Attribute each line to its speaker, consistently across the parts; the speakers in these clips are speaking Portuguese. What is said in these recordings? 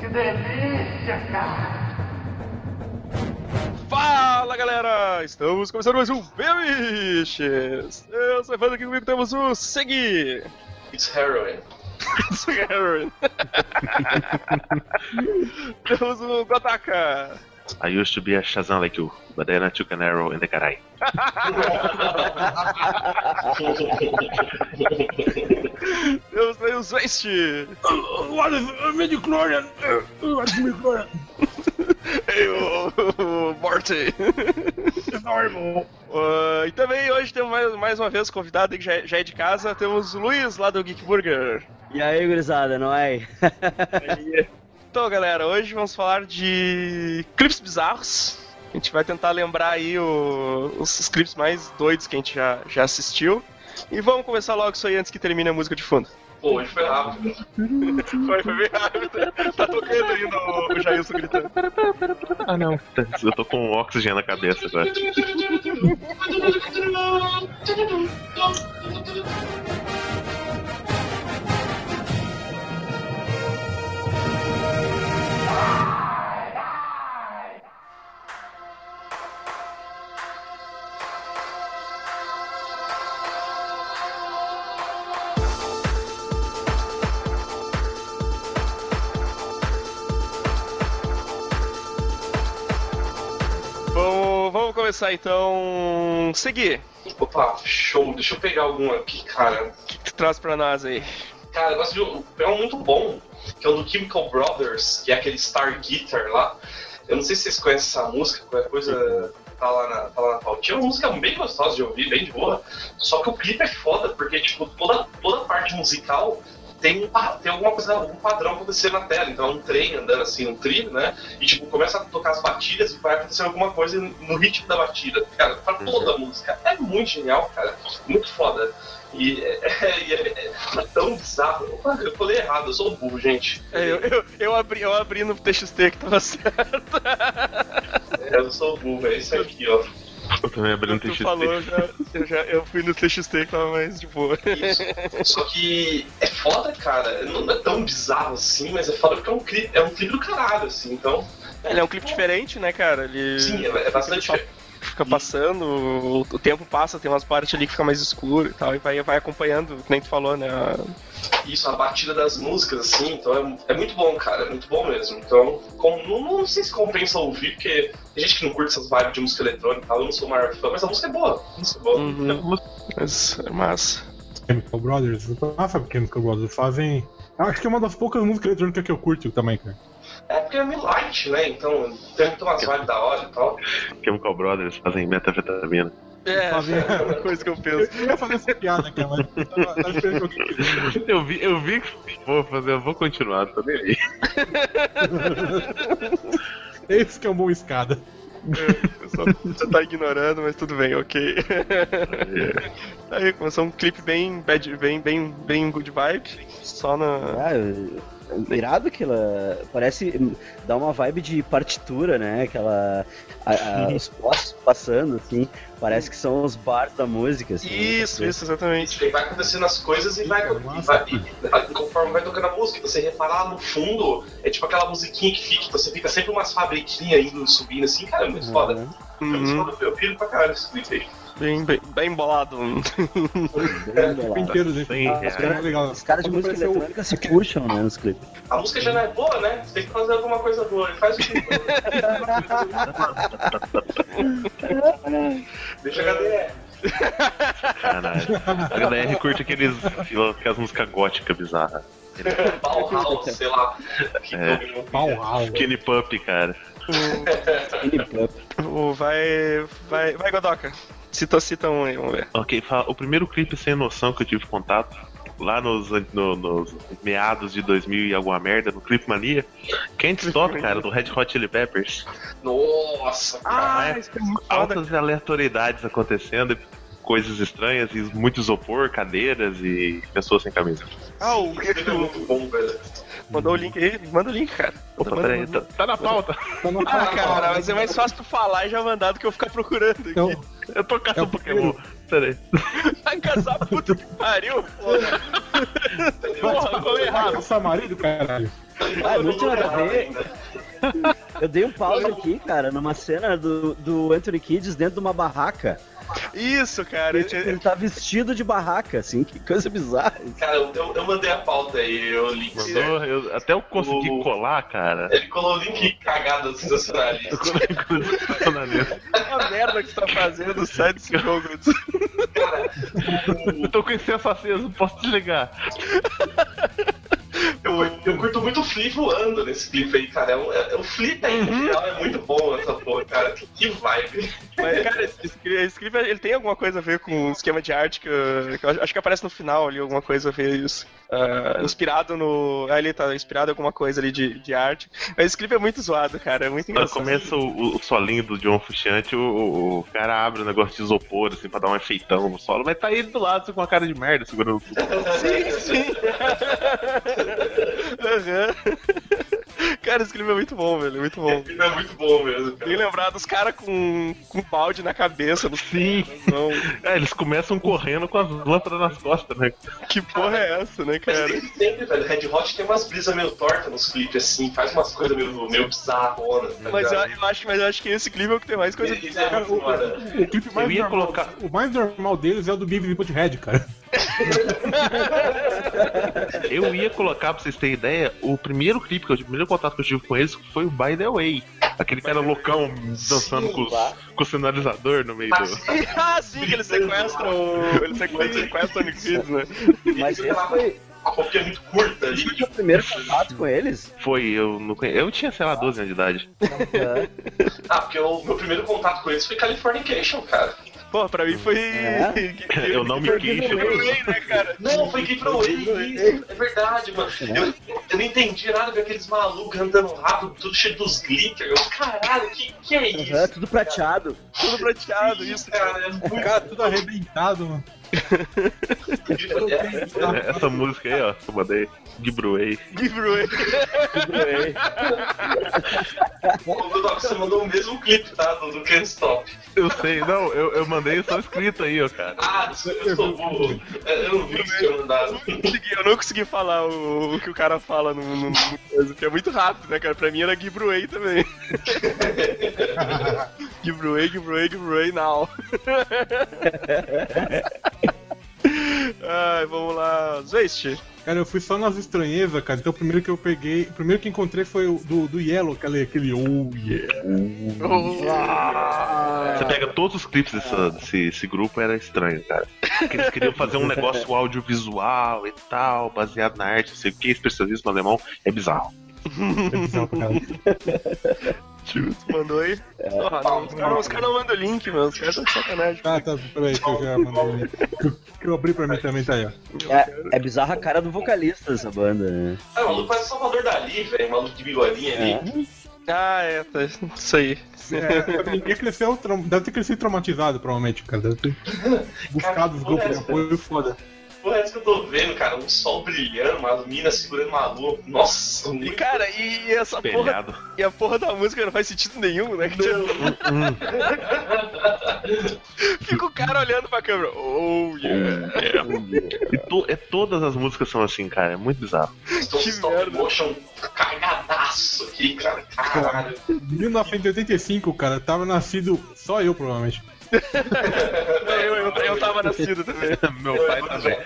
Speaker 1: Que delícia, cara!
Speaker 2: Fala galera! Estamos começando mais um Bebiches! Eu sou o Evandro, aqui comigo temos o Segui!
Speaker 3: It's heroin.
Speaker 2: Isso, Aaron. temos o Gotaka!
Speaker 4: I used to be a Shazam like you, but then I took an arrow in the karai.
Speaker 2: Temos também o Zwest!
Speaker 5: What is a midichlorian? What is midichlorian?
Speaker 2: E o, o Morty!
Speaker 5: It's horrible.
Speaker 2: Ah, e também hoje temos mais, mais uma vez convidado aí que já, é- já é de casa, temos o Luiz lá do Geek Burger!
Speaker 6: E aí, gurizada, não é?
Speaker 2: Então galera, hoje vamos falar de clips bizarros. A gente vai tentar lembrar aí o- os, os clips mais doidos que a gente já, já assistiu. E vamos começar logo isso aí antes que termine a música de fundo.
Speaker 3: Pô, hoje foi rápido.
Speaker 2: Foi, foi bem rápido. Tá tocando aí no o Jailson gritando.
Speaker 4: Ah não. Eu tô com oxigênio na cabeça agora.
Speaker 2: Vamos, vamos começar então. Seguir.
Speaker 3: Opa, show. Deixa eu pegar algum aqui, cara.
Speaker 2: O que que tu traz pra nós aí?
Speaker 3: Cara, eu gosto de um, é um muito bom, que é o do Chemical Brothers, que é aquele Star Guitar lá. Eu não sei se vocês conhecem essa música, qualquer coisa tá lá na, tá lá na pautinha. É uma música bem gostosa de ouvir, bem de boa. Só que o clipe é foda, porque tipo, toda, toda parte musical tem, um, pa- tem alguma coisa, algum padrão acontecendo na tela. Então é um trem andando assim, um trilho, né? E tipo, começa a tocar as batidas e vai acontecer alguma coisa no ritmo da batida. Cara, pra toda a música. É muito genial, cara. Muito foda. E é, é- é- é tão bizarro. Opa, Eu falei errado, eu sou burro, gente.
Speaker 2: É, eu, eu, eu abri, eu abri no TXT que tava certo.
Speaker 3: É, eu sou burro, é isso aqui, ó.
Speaker 4: Eu também abri um
Speaker 2: Tu
Speaker 4: TXT.
Speaker 2: falou, eu já, eu, já, eu fui no TXT que tava mais de boa.
Speaker 3: Isso. Só que é foda, cara. Não é tão bizarro assim, mas é foda porque é um clipe, é um clipe do caralho, assim. Então,
Speaker 2: Ele é um clipe diferente, né, cara? Ele...
Speaker 3: sim, é, é bastante diferente.
Speaker 2: fica passando, o, o tempo passa, tem umas partes ali que fica mais escuro e tal, e vai, vai acompanhando, que nem tu falou, né? a-
Speaker 3: Isso, a batida das músicas, assim. Então é, é muito bom, cara. É muito bom mesmo. Então, com- não, não sei se compensa ouvir, porque tem gente que não curte essas vibes de música eletrônica e tal. Eu não sou o maior fã, mas a música é boa. A música é boa.
Speaker 2: Uhum. Mas, mas.
Speaker 5: Chemical Brothers. Ah, sabe o que Chemical Brothers fazem? Eu acho que é uma das poucas músicas eletrônicas que eu curto também, cara.
Speaker 3: É porque é meio light, né? Então tem, tem umas vibes da hora e tal.
Speaker 4: Chemical Brothers fazem metafetamina.
Speaker 2: É,
Speaker 5: Fazem-
Speaker 2: é uma coisa que eu penso.
Speaker 5: Eu ia fazer essa piada, cara, mas eu tava, tava esperando que alguém fizesse.
Speaker 4: Eu vi, eu vi que vou fazer, eu vou continuar, tô nem aí.
Speaker 5: Esse que é um bom escada.
Speaker 2: né? Eu só- Você tá ignorando, mas tudo bem, ok. Tá aí, começou um clipe bem bad, bem, bem, bem good vibe. Só na.
Speaker 6: Ah, eu- eu- irado que ela parece dá uma vibe de partitura, né? Aquela a- a- os postos passando assim, parece que são os bars da música assim.
Speaker 2: Isso, isso, exatamente.
Speaker 3: Isso, aí vai acontecendo as coisas e vai, e vai- e- e conforme vai tocando a música, você reparar no fundo, é tipo aquela musiquinha que fica, então você fica sempre umas fabriquinhas indo subindo assim, cara, é muito foda.
Speaker 6: Uhum.
Speaker 3: É muito
Speaker 2: Uhum,
Speaker 3: foda, eu piro pra caralho esse clipe aí.
Speaker 2: bem, bem, bem bolado.
Speaker 6: Bem
Speaker 5: O
Speaker 6: bolado.
Speaker 5: inteiro, né?
Speaker 4: Sim,
Speaker 5: Ah, isso que era legal.
Speaker 6: Os caras de
Speaker 5: Quando
Speaker 6: música
Speaker 5: apareceu o-
Speaker 6: eletrônica se puxam, né, nos clipes.
Speaker 3: A música já não é boa, né? Você tem que fazer alguma coisa boa, ele faz o clipe. Deixa a galera.
Speaker 4: Caralho. A galera curte aqueles, aquelas músicas góticas bizarras.
Speaker 3: Bauhaus, sei lá. Que
Speaker 4: É.
Speaker 3: nome.
Speaker 5: Bauhaus.
Speaker 4: Skinny Pump, cara.
Speaker 2: O- vai. Vai, vai Godoka. Cita, cita um aí, vamos ver.
Speaker 4: Ok, fala, o primeiro clipe sem noção que eu tive contato, lá nos, no- nos meados de 2000 e alguma merda, no Clip Mania, Can't Stop, cara, do Red Hot Chili Peppers.
Speaker 3: Nossa,
Speaker 4: Ah,
Speaker 2: isso é muito
Speaker 4: Altas aleatoriedades acontecendo, e coisas estranhas, e muito isopor, cadeiras e pessoas sem camisa.
Speaker 2: Ah, o
Speaker 3: esse clipe é muito bom, velho.
Speaker 2: Mandou o link aí, manda o link, cara.
Speaker 4: Opa,
Speaker 2: Manda,
Speaker 4: peraí, tá,
Speaker 2: manda.
Speaker 4: tá na pauta.
Speaker 5: Tá no-
Speaker 2: Ah, cara, mas é mais fácil tu falar e já mandar do que eu ficar procurando aqui.
Speaker 5: Então,
Speaker 4: Eu tô
Speaker 5: É
Speaker 4: caçando
Speaker 5: o
Speaker 4: Pokémon. Peraí.
Speaker 2: Vai casar, puta que pariu, porra. Porra, falou
Speaker 5: vai
Speaker 2: errado.
Speaker 5: caçar marido, caralho.
Speaker 6: Ah, é muito nada a ver.
Speaker 3: né?
Speaker 6: Eu dei um pause aqui, cara, numa cena do, do Anthony Kiddis dentro de uma barraca.
Speaker 2: Isso, cara.
Speaker 6: Ele, tipo, ele tá vestido de barraca, assim, que coisa bizarra.
Speaker 3: Cara, eu, eu mandei a pauta aí, o link.
Speaker 4: Mandou, eu- até eu consegui
Speaker 3: O-
Speaker 4: colar, cara.
Speaker 3: Ele colou o link cagado sensacionalista.
Speaker 4: Sensacionalista.
Speaker 2: a merda que você tá fazendo, sai desse jogo.
Speaker 4: eu tô com incenso aceso, posso desligar.
Speaker 3: Eu, eu curto muito o Flea voando nesse clipe aí, cara. É um, é, o Flea tá
Speaker 2: Uhum.
Speaker 3: em geral, é muito bom essa porra, cara. Que, que vibe.
Speaker 2: Mas, cara, esse, esse clipe- esse clipe, ele tem alguma coisa a ver com o esquema de arte que, eu- que eu acho que aparece no final ali, alguma coisa a ver isso. Ah, inspirado no. Ah, ele tá inspirado em alguma coisa ali de, de arte. Mas esse clipe é muito zoado, cara. É muito
Speaker 4: Quando
Speaker 2: engraçado.
Speaker 4: começa o, o solinho do John Fuxante, o, o- o cara abre um negócio de isopor, assim, pra dar um efeitão no solo, mas tá ele do lado, assim, com uma cara de merda, segurando tudo.
Speaker 2: Sim, sim. Aham. Cara, esse clipe é muito bom, velho. É muito
Speaker 3: Esse
Speaker 2: bom.
Speaker 3: clipe é muito bom mesmo,
Speaker 2: Tem que
Speaker 3: cara.
Speaker 2: lembrar dos caras com, com balde na cabeça, no
Speaker 4: Sim.
Speaker 2: não.
Speaker 4: É, eles começam correndo com as lâmpadas nas costas, né?
Speaker 2: Que porra é essa, né,
Speaker 3: Mas
Speaker 2: cara?
Speaker 3: tem sempre, velho. Red Hot tem umas brisas meio tortas nos clipes, assim. Faz umas coisas meio, meio bizarronas. tá
Speaker 2: Mas eu,
Speaker 3: ligado?
Speaker 2: eu acho, mas eu acho que esse clipe é o que tem mais coisa.
Speaker 3: Ele- ele é muito foda.
Speaker 5: O clipe mais
Speaker 4: Eu ia
Speaker 5: normal,
Speaker 4: colocar-
Speaker 5: o mais normal deles é o do Beavis e Butthead, cara.
Speaker 4: Eu ia colocar, pra vocês terem ideia, o primeiro clipe, que eu, o primeiro contato que eu tive com eles foi o By The Way. Aquele cara loucão dançando
Speaker 3: Sim,
Speaker 4: com, os- com o sinalizador no meio do...
Speaker 3: Mas-
Speaker 2: ah, sim, que eles sequestram. o- Eles sequestram, sequestram o Nick Kids, né?
Speaker 6: Mas esse foi,
Speaker 3: A copia é muito curta ali.
Speaker 6: esse foi o primeiro contato com eles?
Speaker 4: Foi, eu não conhe... Eu tinha, sei lá, 12 anos de idade.
Speaker 6: Ah,
Speaker 3: Ah, porque o meu primeiro contato com eles foi Californication, cara.
Speaker 2: Pô, pra mim foi.
Speaker 6: É?
Speaker 4: Eu não me queixo.
Speaker 2: Giveaway, né, cara?
Speaker 3: Não, foi Giveaway, isso. É verdade, mano. Eu, eu não entendi nada daqueles malucos andando rápido, tudo cheio dos glitter. Eu, caralho, que que é isso?
Speaker 6: aham, tudo prateado.
Speaker 2: Tudo prateado, isso.
Speaker 3: cara. É muito...
Speaker 5: Cara, tudo arrebentado, mano.
Speaker 3: é,
Speaker 4: Essa música aí, ó, que eu mandei. De Bruei.
Speaker 2: Giveaway.
Speaker 3: o Dudoc, você mandou o mesmo clipe, tá? Do, do Can't Stop.
Speaker 4: Eu sei, não, eu, eu mandei só escrito aí, ó, cara.
Speaker 3: Ah, eu sou burro. É, Eu não vi isso que eu mandado.
Speaker 2: Eu não consegui- Eu não consegui falar o, o que o cara fala no, no, no coisa, porque é muito rápido, né, cara? Pra mim era Giveaway também. Giveaway, Giveaway, Giveaway now. Ai, vamos lá. Zwist.
Speaker 5: Cara, eu fui só nas estranhezas, cara. Então o primeiro que eu peguei, o primeiro que encontrei foi o do, do Yellow, aquele, aquele oh yeah.
Speaker 4: Você pega todos os clipes dessa- desse, desse grupo, era estranho, cara. Porque eles queriam fazer um negócio audiovisual e tal, baseado na arte, não sei o que, expressionismo alemão, é bizarro.
Speaker 5: É bizarro, cara.
Speaker 2: Tu mandou aí? Porra, não, os caras os caras não mandam o link, mano. Os caras estão de sacanagem.
Speaker 5: Tá, tá, peraí, que eu já mandei. Que eu- Que eu abri pra mim também, tá aí, ó.
Speaker 6: É, é bizarra a cara do vocalista dessa banda, né?
Speaker 3: Ah, o maluco parece o Salvador Dali, velho. O maluco de bigodinho ali.
Speaker 6: É.
Speaker 2: Ah, é, tá. Isso aí.
Speaker 5: É, ninguém cresceu, trau- deve ter crescido traumatizado, provavelmente, cara. Deve ter buscado os grupos de apoio foda.
Speaker 3: Porra, essa que eu tô vendo, cara. Um sol brilhando, umas minas segurando uma lua. Nossa,
Speaker 2: E,
Speaker 3: muito
Speaker 2: cara, e, e essa porra,
Speaker 4: Espelhado.
Speaker 2: e a porra da música não faz sentido nenhum, né? Fica o cara olhando pra câmera. Oh, yeah.
Speaker 4: E to- é, todas as músicas são assim, cara, é muito bizarro.
Speaker 3: Estou
Speaker 2: Que
Speaker 3: stop
Speaker 2: merda.
Speaker 3: motion cagadaço aqui, cara. Caralho.
Speaker 5: 1985, cara, tava nascido só eu, provavelmente.
Speaker 2: É, Eu, eu, eu tava nascido também.
Speaker 4: Meu pai
Speaker 3: tá
Speaker 4: também.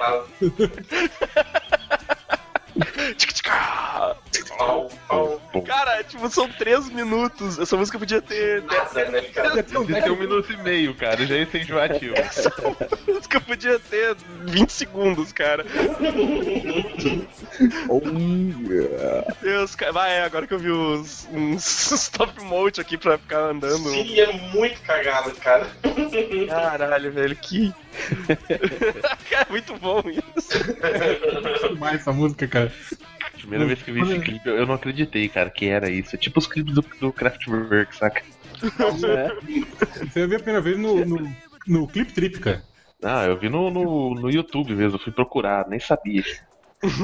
Speaker 2: Tic-tica.
Speaker 3: Pau, pau.
Speaker 2: Cara, tipo, são três minutos. Essa música podia ter.
Speaker 3: Nada, né, cara?
Speaker 4: Tem um minuto e meio, cara, já é incentivativo.
Speaker 2: Essa música podia ter 20 segundos, cara.
Speaker 6: Oh, yeah.
Speaker 2: Deus, cara. Vai, é, agora que eu vi uns, uns stop mode aqui pra ficar andando.
Speaker 3: Sim, é muito cagado, cara.
Speaker 2: Caralho, velho, que. cara, muito bom isso.
Speaker 5: demais essa música, cara.
Speaker 4: Primeira vez que eu vi esse clipe, eu eu não acreditei, cara, que era isso. É tipo os clipes do, do Kraftwerk, saca?
Speaker 6: É.
Speaker 5: Você viu a primeira vez no, no, no Clip Trip, cara.
Speaker 4: Ah, eu vi no, no, no YouTube mesmo, fui procurar, nem sabia.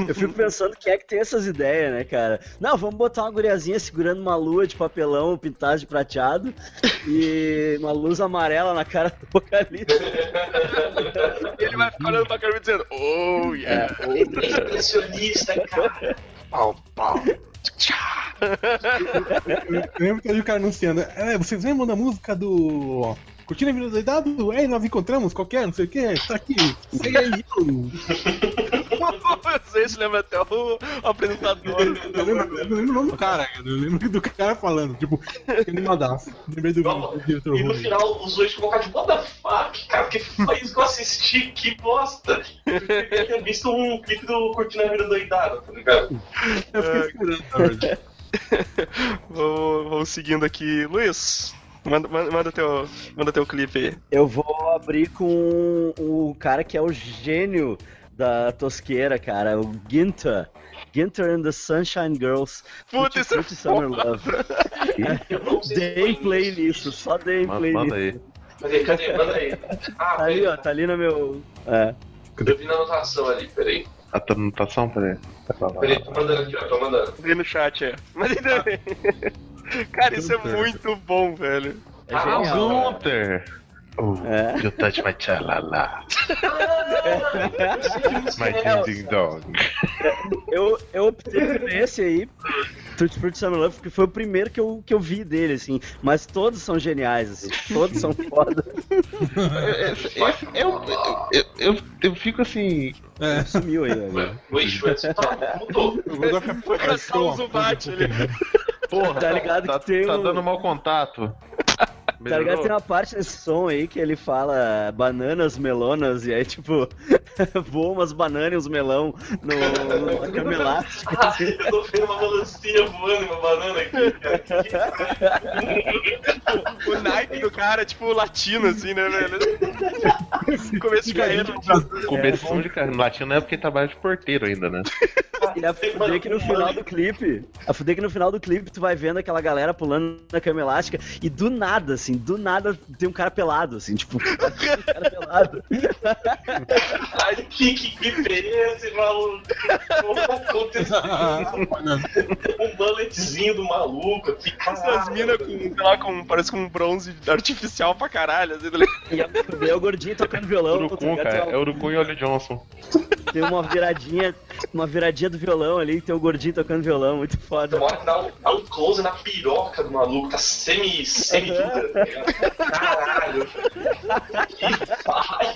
Speaker 6: Eu fico pensando quem é que tem essas ideias, né, cara? Não, vamos botar uma guriazinha segurando uma lua de papelão pintada de prateado e uma luz amarela na cara do vocalista.
Speaker 2: Ele vai ficar olhando pra câmera e dizendo, oh yeah.
Speaker 3: Impressionista, cara. Pau, pau.
Speaker 5: Eu lembro que eu vi o cara anunciando. É, vocês lembram da música do. Curtindo a vida doidado? É, nós encontramos qualquer, não sei o que, tá aqui. Sei aí, eu.
Speaker 2: Vocês lembram até né, o apresentador.
Speaker 5: Eu lembro, eu lembro o nome do cara, cara. eu lembro do cara falando, tipo, que animadaço. Lembrei do, do diretor
Speaker 3: E no
Speaker 5: Rony.
Speaker 3: final os dois colocaram de what the fuck, cara, que foi isso que eu assisti, que bosta. Eu tinha visto um clipe do Curtindo a Vida Doidada, tá ligado?
Speaker 5: Eu fiquei
Speaker 4: é.
Speaker 5: esperando, na verdade.
Speaker 2: Vou, vou seguindo aqui. Luiz, manda, manda, manda teu, manda teu clipe aí.
Speaker 6: Eu vou abrir com o cara que é o gênio da tosqueira, cara, o Ginter. Ginter and the Sunshine Girls.
Speaker 2: Puta, isso é
Speaker 6: Tutti Summer Love.
Speaker 3: Eu não sei se
Speaker 6: Dei
Speaker 3: foi
Speaker 6: play
Speaker 3: isso.
Speaker 6: nisso, só dei
Speaker 4: Manda,
Speaker 6: play
Speaker 4: manda
Speaker 6: nisso.
Speaker 3: Cadê,
Speaker 4: aí.
Speaker 3: cadê? Manda aí. Ah,
Speaker 6: Tá ali,
Speaker 3: peraí,
Speaker 6: ó, tá ali no meu. É.
Speaker 3: Eu vi na anotação ali, peraí.
Speaker 4: A tua anotação, peraí. Ah, Tá pra lá.
Speaker 3: Peraí, tô mandando aqui, ó, tô mandando.
Speaker 2: Mandei no chat, é. Mas ainda bem. Cara, isso é muito bom, velho.
Speaker 6: É
Speaker 3: Ah,
Speaker 6: genial.
Speaker 4: Gunter! Oh,
Speaker 6: É.
Speaker 4: You touch my chalala, my ding ding dong.
Speaker 6: Eu, eu optei por esse aí, Tutti Frutti Summer Love, porque foi o primeiro que eu, que eu vi dele, assim. Mas todos são geniais, assim. Todos são foda.
Speaker 4: Eu, eu, eu, eu fico assim.
Speaker 5: É,
Speaker 6: Sumiu aí, velho.
Speaker 3: Luiz, tá, mudou.
Speaker 5: eu vou dar pra-
Speaker 2: Foi caçar o Zubat ali.
Speaker 4: Porra,
Speaker 6: Tá ligado
Speaker 4: tá,
Speaker 6: que tem
Speaker 4: tá
Speaker 6: um-
Speaker 4: dando mau contato.
Speaker 6: Tá ligado?
Speaker 4: Melhorou?
Speaker 6: Tem uma parte desse som aí que ele fala é, bananas, melonas, e aí, tipo, voa umas bananas e uns melão no, na cama elástica.
Speaker 3: Ah, eu tô vendo uma melancia voando, uma banana aqui, cara.
Speaker 2: O naipe do cara é tipo latino, assim, né, velho? Começo de carreira. tipo,
Speaker 4: Começou de cara. Latino é porque ele trabalha de porteiro ainda, né?
Speaker 6: E a fuder que no final do clipe, a fuder que no final do clipe tu vai vendo aquela galera pulando na cama elástica e do nada, assim, do nada tem um cara pelado, assim, tipo, um cara pelado.
Speaker 3: Ai, que, que, que beleza, maluco. O que tá aconteceu? Um bulletzinho do maluco aqui.
Speaker 2: Essas minas com, sei lá, com, parece com um bronze artificial pra caralho, assim, tá ligado?
Speaker 6: E a fuder o gordinho tocando violão. tá
Speaker 4: Urucum,
Speaker 6: ligado?
Speaker 4: cara.
Speaker 6: Tem
Speaker 4: É
Speaker 6: uma-
Speaker 4: Urucum e Olho Johnson.
Speaker 6: Tem uma viradinha, uma viradinha do violão ali, tem o gordinho tocando violão, muito foda.
Speaker 3: Tem hora que dá um, dá um close na piroca do maluco, tá semi. semi dura, tá ligado? Caralho. Que pai.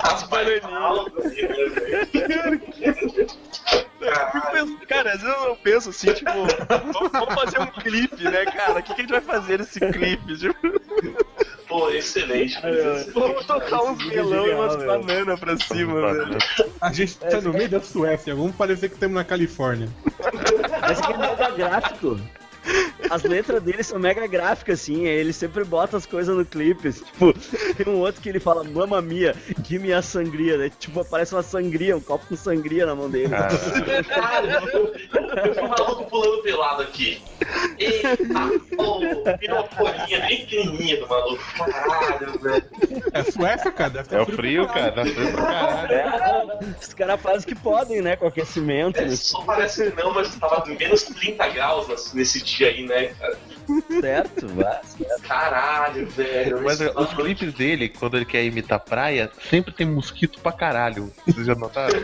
Speaker 3: As bananinhas. assim, né, velho?
Speaker 2: Eu fico pensando, cara, às vezes eu penso assim, tipo, vamos, vamos fazer um clipe, né, cara? O que, que a gente vai fazer nesse clipe? Tipo,
Speaker 3: Pô, excelente.
Speaker 2: vamos tocar uns
Speaker 6: vídeo é
Speaker 2: melão e
Speaker 6: genial,
Speaker 2: umas
Speaker 6: meu.
Speaker 2: bananas pra cima, velho.
Speaker 5: A gente tá no meio da Suécia, vamos parecer que estamos na Califórnia.
Speaker 6: Mas é que é mega gráfico. As letras dele são mega gráficas, assim, aí ele sempre bota as coisas no clipe. assim, Tipo, tem um outro que ele fala, mamma mia, give me a sangria, né? Tipo, aparece uma sangria, um copo com sangria na mão
Speaker 4: Ah,
Speaker 6: dele.
Speaker 3: Caralho, eu vi um maluco pulando pelado aqui. Eita, pô, virou uma folhinha bem pequenininha do maluco. Caralho, velho.
Speaker 5: É Suécia, cara, deve ter
Speaker 4: É o frio, cara. Tá frio pra caralho.
Speaker 6: É. Os caras fazem o que podem, né? Com aquecimento,
Speaker 3: É,
Speaker 6: né?
Speaker 3: só parece que não, mas tava menos 30 graus nesse- nesse dia aí, né, cara?
Speaker 6: certo, vai.
Speaker 3: Caralho, velho.
Speaker 4: Mas é,
Speaker 3: isso- é
Speaker 4: os clipes dele, quando ele quer imitar praia, sempre tem mosquito pra caralho. Vocês já notaram?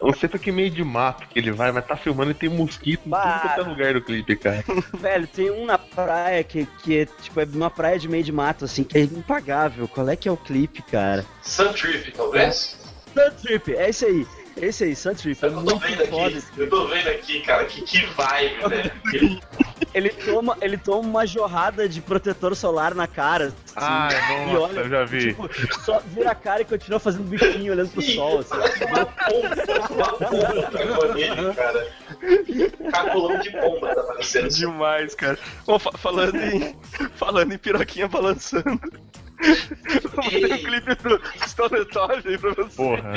Speaker 4: Ou sempre que meio de mato que ele vai, mas tá filmando e tem mosquito em
Speaker 6: Bah.
Speaker 4: tudo quanto é lugar do clipe, cara.
Speaker 6: Velho, tem um na praia que, que é, tipo, é uma praia de meio de mato, assim, que é impagável. Qual é que é o clipe, cara?
Speaker 3: Sun Trip, talvez?
Speaker 6: Sun Trip, é esse aí. É esse aí, Sun Trip. É
Speaker 3: Eu tô
Speaker 6: muito
Speaker 3: vendo
Speaker 6: foda esse
Speaker 3: aqui, eu tô vendo aqui, cara, que, que vibe, né? Que-
Speaker 6: Ele toma, ele toma uma jorrada de protetor solar na cara. assim,
Speaker 3: Ah.
Speaker 4: Ai,
Speaker 6: e
Speaker 4: nossa,
Speaker 6: olha,
Speaker 4: eu já vi.
Speaker 6: tipo, só vira a cara e continua fazendo biquinho olhando pro sol. Assim.
Speaker 3: Parece uma pomba, uma pomba pegou nele, cara. Caculão de pomba tá parecendo.
Speaker 2: Demais, cara. Bom, fa- falando, em, falando em piroquinha balançando. Vou fazer um clipe do Stone Toys aí pra você.
Speaker 4: Porra.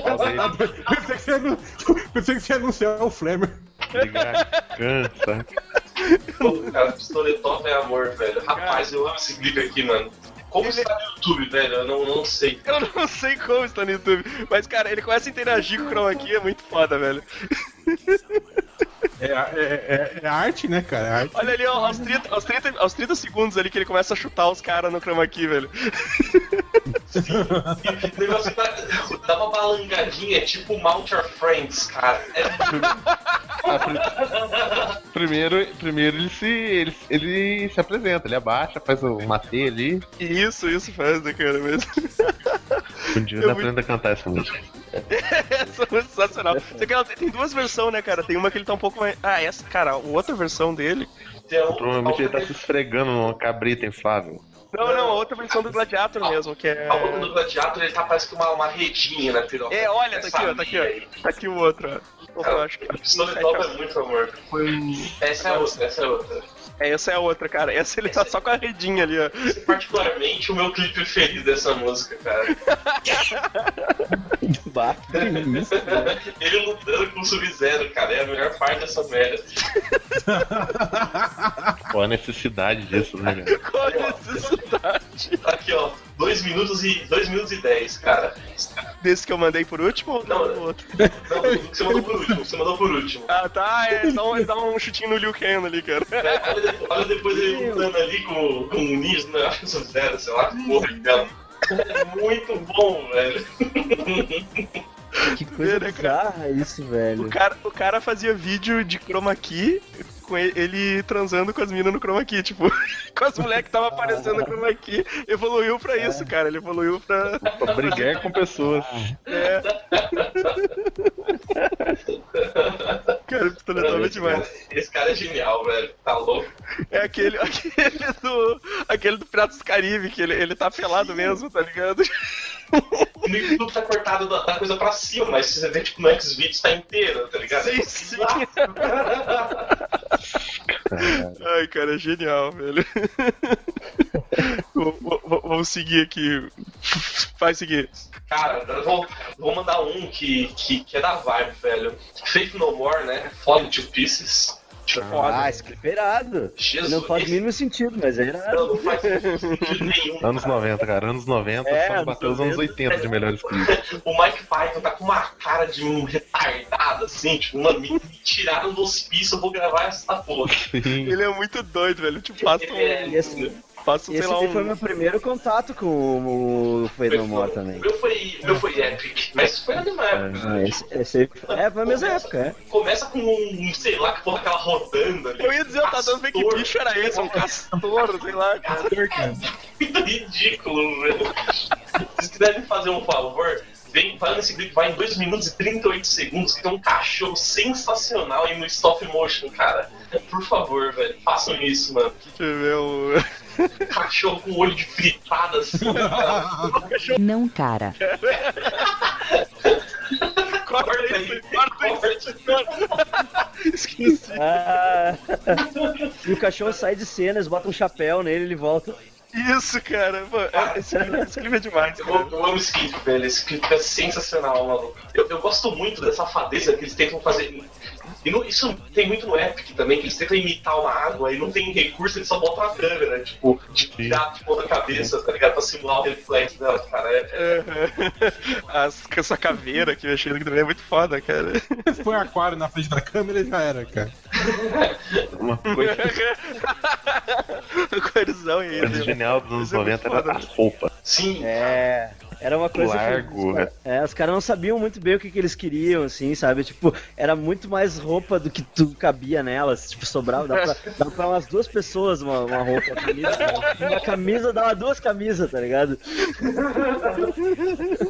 Speaker 4: Foda
Speaker 5: Pensei que você anu- Pensei que você ia anunciar o Flamer.
Speaker 4: ele cansa.
Speaker 3: Pô, cara, pistoletop é amor, velho. Rapaz, eu amo esse clipe aqui, mano. Como está no YouTube, velho? Eu não, não sei.
Speaker 2: Eu não sei como está no YouTube, mas cara, ele começa a interagir com o Chroma aqui, é muito foda, velho.
Speaker 5: É, é, é, é arte, né, cara? É arte.
Speaker 2: Olha ali, ó, aos 30, aos 30 aos 30 segundos ali que ele começa a chutar os caras no Chroma aqui, velho.
Speaker 3: O negócio que dá, dá uma balangadinha, é tipo Mount Your Friends, cara. É
Speaker 7: Primeiro, primeiro ele, se, ele, ele se apresenta, ele abaixa, faz o matê ali.
Speaker 2: Isso, isso faz, né, cara? Mas
Speaker 4: Um dia
Speaker 2: Eu
Speaker 4: eu aprendo a cantar essa música.
Speaker 2: essa é sensacional. Só que ela tem, tem duas versões, né, cara? Tem uma que ele tá um pouco mais. Ah, essa, cara, a outra versão dele.
Speaker 3: então,
Speaker 4: Provavelmente ele tá
Speaker 3: algo-
Speaker 4: se esfregando numa cabrita inflável.
Speaker 2: Não, não, a outra versão do Gladiator mesmo, que é.
Speaker 3: algo no gladiator, ele tá parece que uma, uma redinha, né, Piroca?
Speaker 2: É, olha, tá aqui, ó, tá aqui, ó. Tá aqui o outro, ó. Opa, eu acho que. tá
Speaker 3: Snow Globe é muito amor. Essa é outra, essa é outra.
Speaker 2: É, essa é a outra, cara. Essa ele
Speaker 3: é-
Speaker 2: tá só com a redinha ali, ó.
Speaker 3: Particularmente o meu clipe feliz dessa música, cara.
Speaker 6: Bah,
Speaker 3: Ele lutando com o Sub-Zero, cara, é a melhor parte dessa merda.
Speaker 4: Qual a necessidade disso, né, cara?
Speaker 2: Qual a
Speaker 3: é
Speaker 2: necessidade?
Speaker 3: Aqui, ó, 2 minutos e 2 minutos e 10, cara.
Speaker 2: Desse que eu mandei por último ou
Speaker 3: Não,
Speaker 2: do outro?
Speaker 3: Não, você mandou por último, você mandou por último.
Speaker 2: Ah, tá, é. Dá um, dá um chutinho no Liu Kang ali, cara.
Speaker 3: É, Olha, de- olha depois ele lutando ali com, com o Ninja, né? acho que são zero, sei lá, porra dela. É muito bom, velho.
Speaker 6: que coisa
Speaker 2: Né, cara?
Speaker 6: bizarra isso,
Speaker 2: O
Speaker 6: velho.
Speaker 2: cara, o cara fazia vídeo de chroma key com e- ele transando com as minas no chroma key, tipo, com as mulheres que tava aparecendo no chroma key. Evoluiu pra isso, cara. Ele evoluiu pra. né?
Speaker 7: Pra brigar com pessoas.
Speaker 2: É. cara, isso é totalmente demais.
Speaker 3: Esse cara é genial, velho. Tá louco.
Speaker 2: É aquele, aquele do. Aquele do Piratas do Caribe, que ele, ele tá pelado mesmo, tá ligado?
Speaker 3: E No YouTube tá cortado da, da coisa pra cima, mas se você vê tipo no X-Videos tá inteiro, tá ligado?
Speaker 2: Sim, sim.
Speaker 3: Ah,
Speaker 2: Ai, cara, é genial, velho. Vou- vou- vou- Vamos seguir aqui. Vai seguir.
Speaker 3: Cara, eu vou, vou mandar um que, que, que é da vibe, velho. Faith No More, né? Falling to Pieces. Tipo,
Speaker 6: Ah, esse clipe é irado.
Speaker 3: Jesus.
Speaker 6: Não faz o mínimo sentido, mas é irado.
Speaker 3: Não, não faz sentido nenhum.
Speaker 4: Anos 90, cara. Anos 90
Speaker 6: É,
Speaker 4: só
Speaker 6: anos
Speaker 4: bateu os anos 80 de melhores clipes.
Speaker 3: O Mike Python tá com uma cara de um retardado, assim, tipo, mano, me me tiraram do hospício, eu vou gravar essa porra.
Speaker 4: Sim.
Speaker 2: Ele é muito doido, velho. Tipo, passa
Speaker 3: É,
Speaker 2: um.
Speaker 6: Esse,
Speaker 2: Passa, um, sei
Speaker 6: assim, esse
Speaker 2: lá,
Speaker 6: daí foi
Speaker 2: um.
Speaker 6: meu primeiro contato com o Fenomor é também.
Speaker 3: O meu foi, o meu foi Epic, mas foi na mesma época.
Speaker 6: Ah, esse, esse, é, foi a mesma época, é.
Speaker 3: Começa com um, sei lá, que porra aquela rodando ali.
Speaker 2: Eu ia dizer, eu tava dando ver que
Speaker 3: Castor.
Speaker 2: bicho era esse, um castor, sei lá.
Speaker 3: Muito ridículo, velho. Vocês que devem fazer um favor, vem, vai nesse clipe, vai em 2 minutos e 38 segundos, que tem um cachorro sensacional aí no stop motion, cara. Por favor, velho, façam isso, mano.
Speaker 2: Deixa eu ver o.
Speaker 3: Cachorro com olho de fritada assim,
Speaker 8: Não, cara.
Speaker 2: Corta isso, corta isso. Esqueci.
Speaker 6: Ah, e o cachorro sai de cena, eles botam um chapéu nele ele volta.
Speaker 2: Isso, cara. Mano, é- esse, livro- esse livro é demais,
Speaker 3: Eu,
Speaker 2: cara.
Speaker 3: eu amo esse clipe, velho. Esse clipe é sensacional, maluco. Eu, eu gosto muito dessa safadeza que eles tentam fazer. E no- isso tem muito no Epic também, que eles tentam imitar uma água e não tem recurso, eles só botam a câmera, tipo, de tirar de ponta cabeça, tá ligado? Pra simular o reflexo dela, cara. É-
Speaker 2: Aham. As, com essa caveira que eu achei que também é muito foda, cara.
Speaker 5: Se põe aquário na frente da câmera e já era, cara.
Speaker 4: Uma coisa
Speaker 2: O corizão e ele.
Speaker 4: genial dos anos
Speaker 2: Isso é muito
Speaker 4: 90
Speaker 2: foda.
Speaker 4: era as roupas.
Speaker 3: Sim,
Speaker 6: É. Era uma coisa. que-
Speaker 4: Largo. é.
Speaker 6: é, os caras não sabiam muito bem o que, que eles queriam, assim, sabe? Tipo, era muito mais roupa do que tu cabia nelas. Tipo, sobrava, dá pra, dá pra umas duas pessoas uma, uma roupa. Uma camisa, uma camisa dava duas camisas, tá ligado?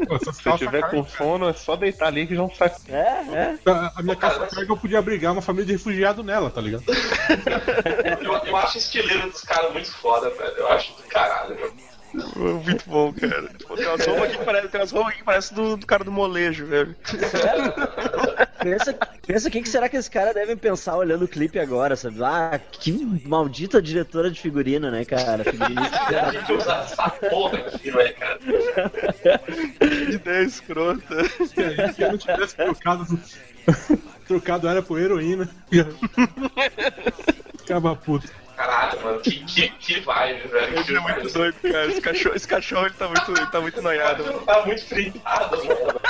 Speaker 5: Pô, essas
Speaker 4: Se
Speaker 5: calças
Speaker 4: tiver
Speaker 5: cargo-
Speaker 4: com sono, é só deitar ali que já não sai.
Speaker 6: É, é.
Speaker 5: a, a minha calça carga eu podia abrigar uma família de refugiado nela, tá ligado?
Speaker 2: é.
Speaker 3: eu, eu acho o estileiro dos caras muito foda, velho. Eu acho do caralho, velho.
Speaker 2: Muito bom, cara. Pô, Tem umas roupas aqui que parecem parece, parece do, do cara do molejo, velho.
Speaker 6: Pensa, pensa o que, que será que esses caras devem pensar olhando o clipe agora, sabe? Ah, que maldita diretora de figurino, né, cara? Figurinista.
Speaker 3: A gente usa essa porra aqui, velho, cara.
Speaker 2: Que ideia escrota.
Speaker 5: Se eu não tivesse trocado, trocado área por heroína, ficava puto.
Speaker 3: Caralho, mano. Que, que, que vibe, velho.
Speaker 2: Ele
Speaker 3: Que
Speaker 2: é muito
Speaker 3: vibe.
Speaker 2: doido, cara. Esse cachorro, esse cachorro ele tá muito, ele tá muito noiado.
Speaker 3: Tá muito fritado, mano.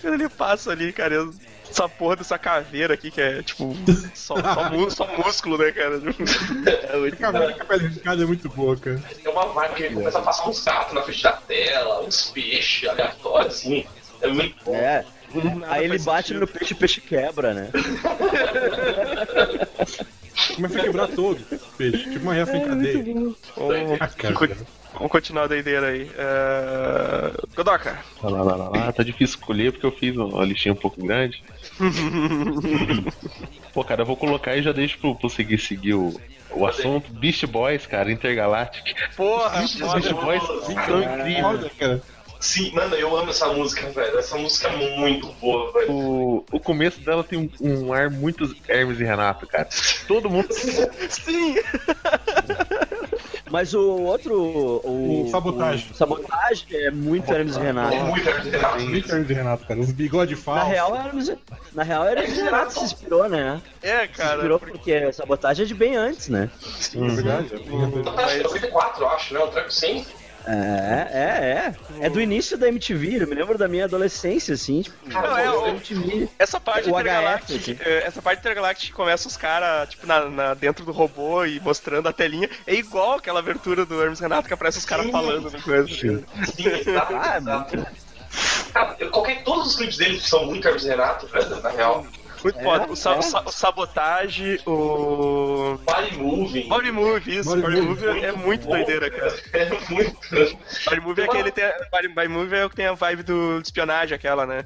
Speaker 2: Quando ele passa ali, cara, eu- essa porra dessa caveira aqui que é tipo só, só, mu- só músculo, né, cara?
Speaker 3: É muito
Speaker 5: Caveira com a pele riscada é muito boa, cara.
Speaker 3: Tem É uma vibe que ele começa a passar uns gatos na frente da tela, uns peixes aleatórios, assim. É muito bom.
Speaker 6: É.
Speaker 2: Nada
Speaker 6: Aí ele
Speaker 2: faz
Speaker 6: bate
Speaker 2: sentido.
Speaker 6: no peixe, o peixe quebra, né?
Speaker 5: Começa a quebrar todo o peixe. Tipo uma reação
Speaker 6: É,
Speaker 5: em cadeia.
Speaker 2: Vamos,
Speaker 5: Ah, cara,
Speaker 2: co- vamos continuar a doideira aí. Uh... Godoka.
Speaker 4: Lá, lá, lá, lá, lá. Tá difícil escolher porque eu fiz uma listinha um pouco grande. Pô, cara, eu vou colocar e já deixo pro, pro seguir, seguir o, o assunto. Beast Boys, cara, Intergalactic.
Speaker 2: Porra,
Speaker 4: Os
Speaker 3: é
Speaker 4: Beast Boys são incríveis.
Speaker 5: Olha, cara.
Speaker 3: Sim, mano, eu amo essa música, velho. Essa música é muito boa, velho.
Speaker 4: O, o começo dela tem um, um ar muito Hermes e Renato, cara. Todo mundo.
Speaker 2: sim!
Speaker 6: Mas o outro. O,
Speaker 5: O Sabotage.
Speaker 6: o sabotagem é muito Hermes e
Speaker 3: É
Speaker 6: Renato.
Speaker 3: muito artefato.
Speaker 5: Muito Hermes e Renato, cara. Os bigode
Speaker 6: Na
Speaker 5: falsos.
Speaker 6: real, Hermes, na real, Hermes e Renato se inspirou, né?
Speaker 2: É,
Speaker 6: Se
Speaker 2: cara.
Speaker 6: inspirou porque sabotagem é de bem antes, né?
Speaker 5: É verdade.
Speaker 3: Tá tá, 94, eu acho, né? Um treco sim.
Speaker 6: É, é, é. É do início da MTV, eu me lembro da minha adolescência, assim, tipo,
Speaker 2: Não, é,
Speaker 6: da
Speaker 2: o-
Speaker 6: MTV.
Speaker 2: Essa parte
Speaker 6: O
Speaker 2: intergaláctica,
Speaker 6: HF,
Speaker 2: eh, essa parte intergaláctica que começa os caras, tipo, na, na- dentro do robô e mostrando a telinha. É igual aquela abertura do Hermes Renato que aparece os caras
Speaker 3: Sim.
Speaker 2: falando no coisa.
Speaker 3: Sim, exato,
Speaker 2: Ah,
Speaker 3: exato. Cara, eu- qualquer, todos os clipes dele são muito Hermes e Renato, velho, na real.
Speaker 2: Muito
Speaker 6: É,
Speaker 2: foda. O, sa-
Speaker 6: é.
Speaker 2: o sa- o sabotagem, o.
Speaker 3: Body Moving.
Speaker 2: Body Movie, isso.
Speaker 5: Body
Speaker 2: Body, Movie é muito
Speaker 3: bom,
Speaker 2: doideira, cara.
Speaker 3: É muito.
Speaker 2: Body Movie é que ele tem. a- Body, Body Movie é o que tem a vibe do de espionagem, aquela, né?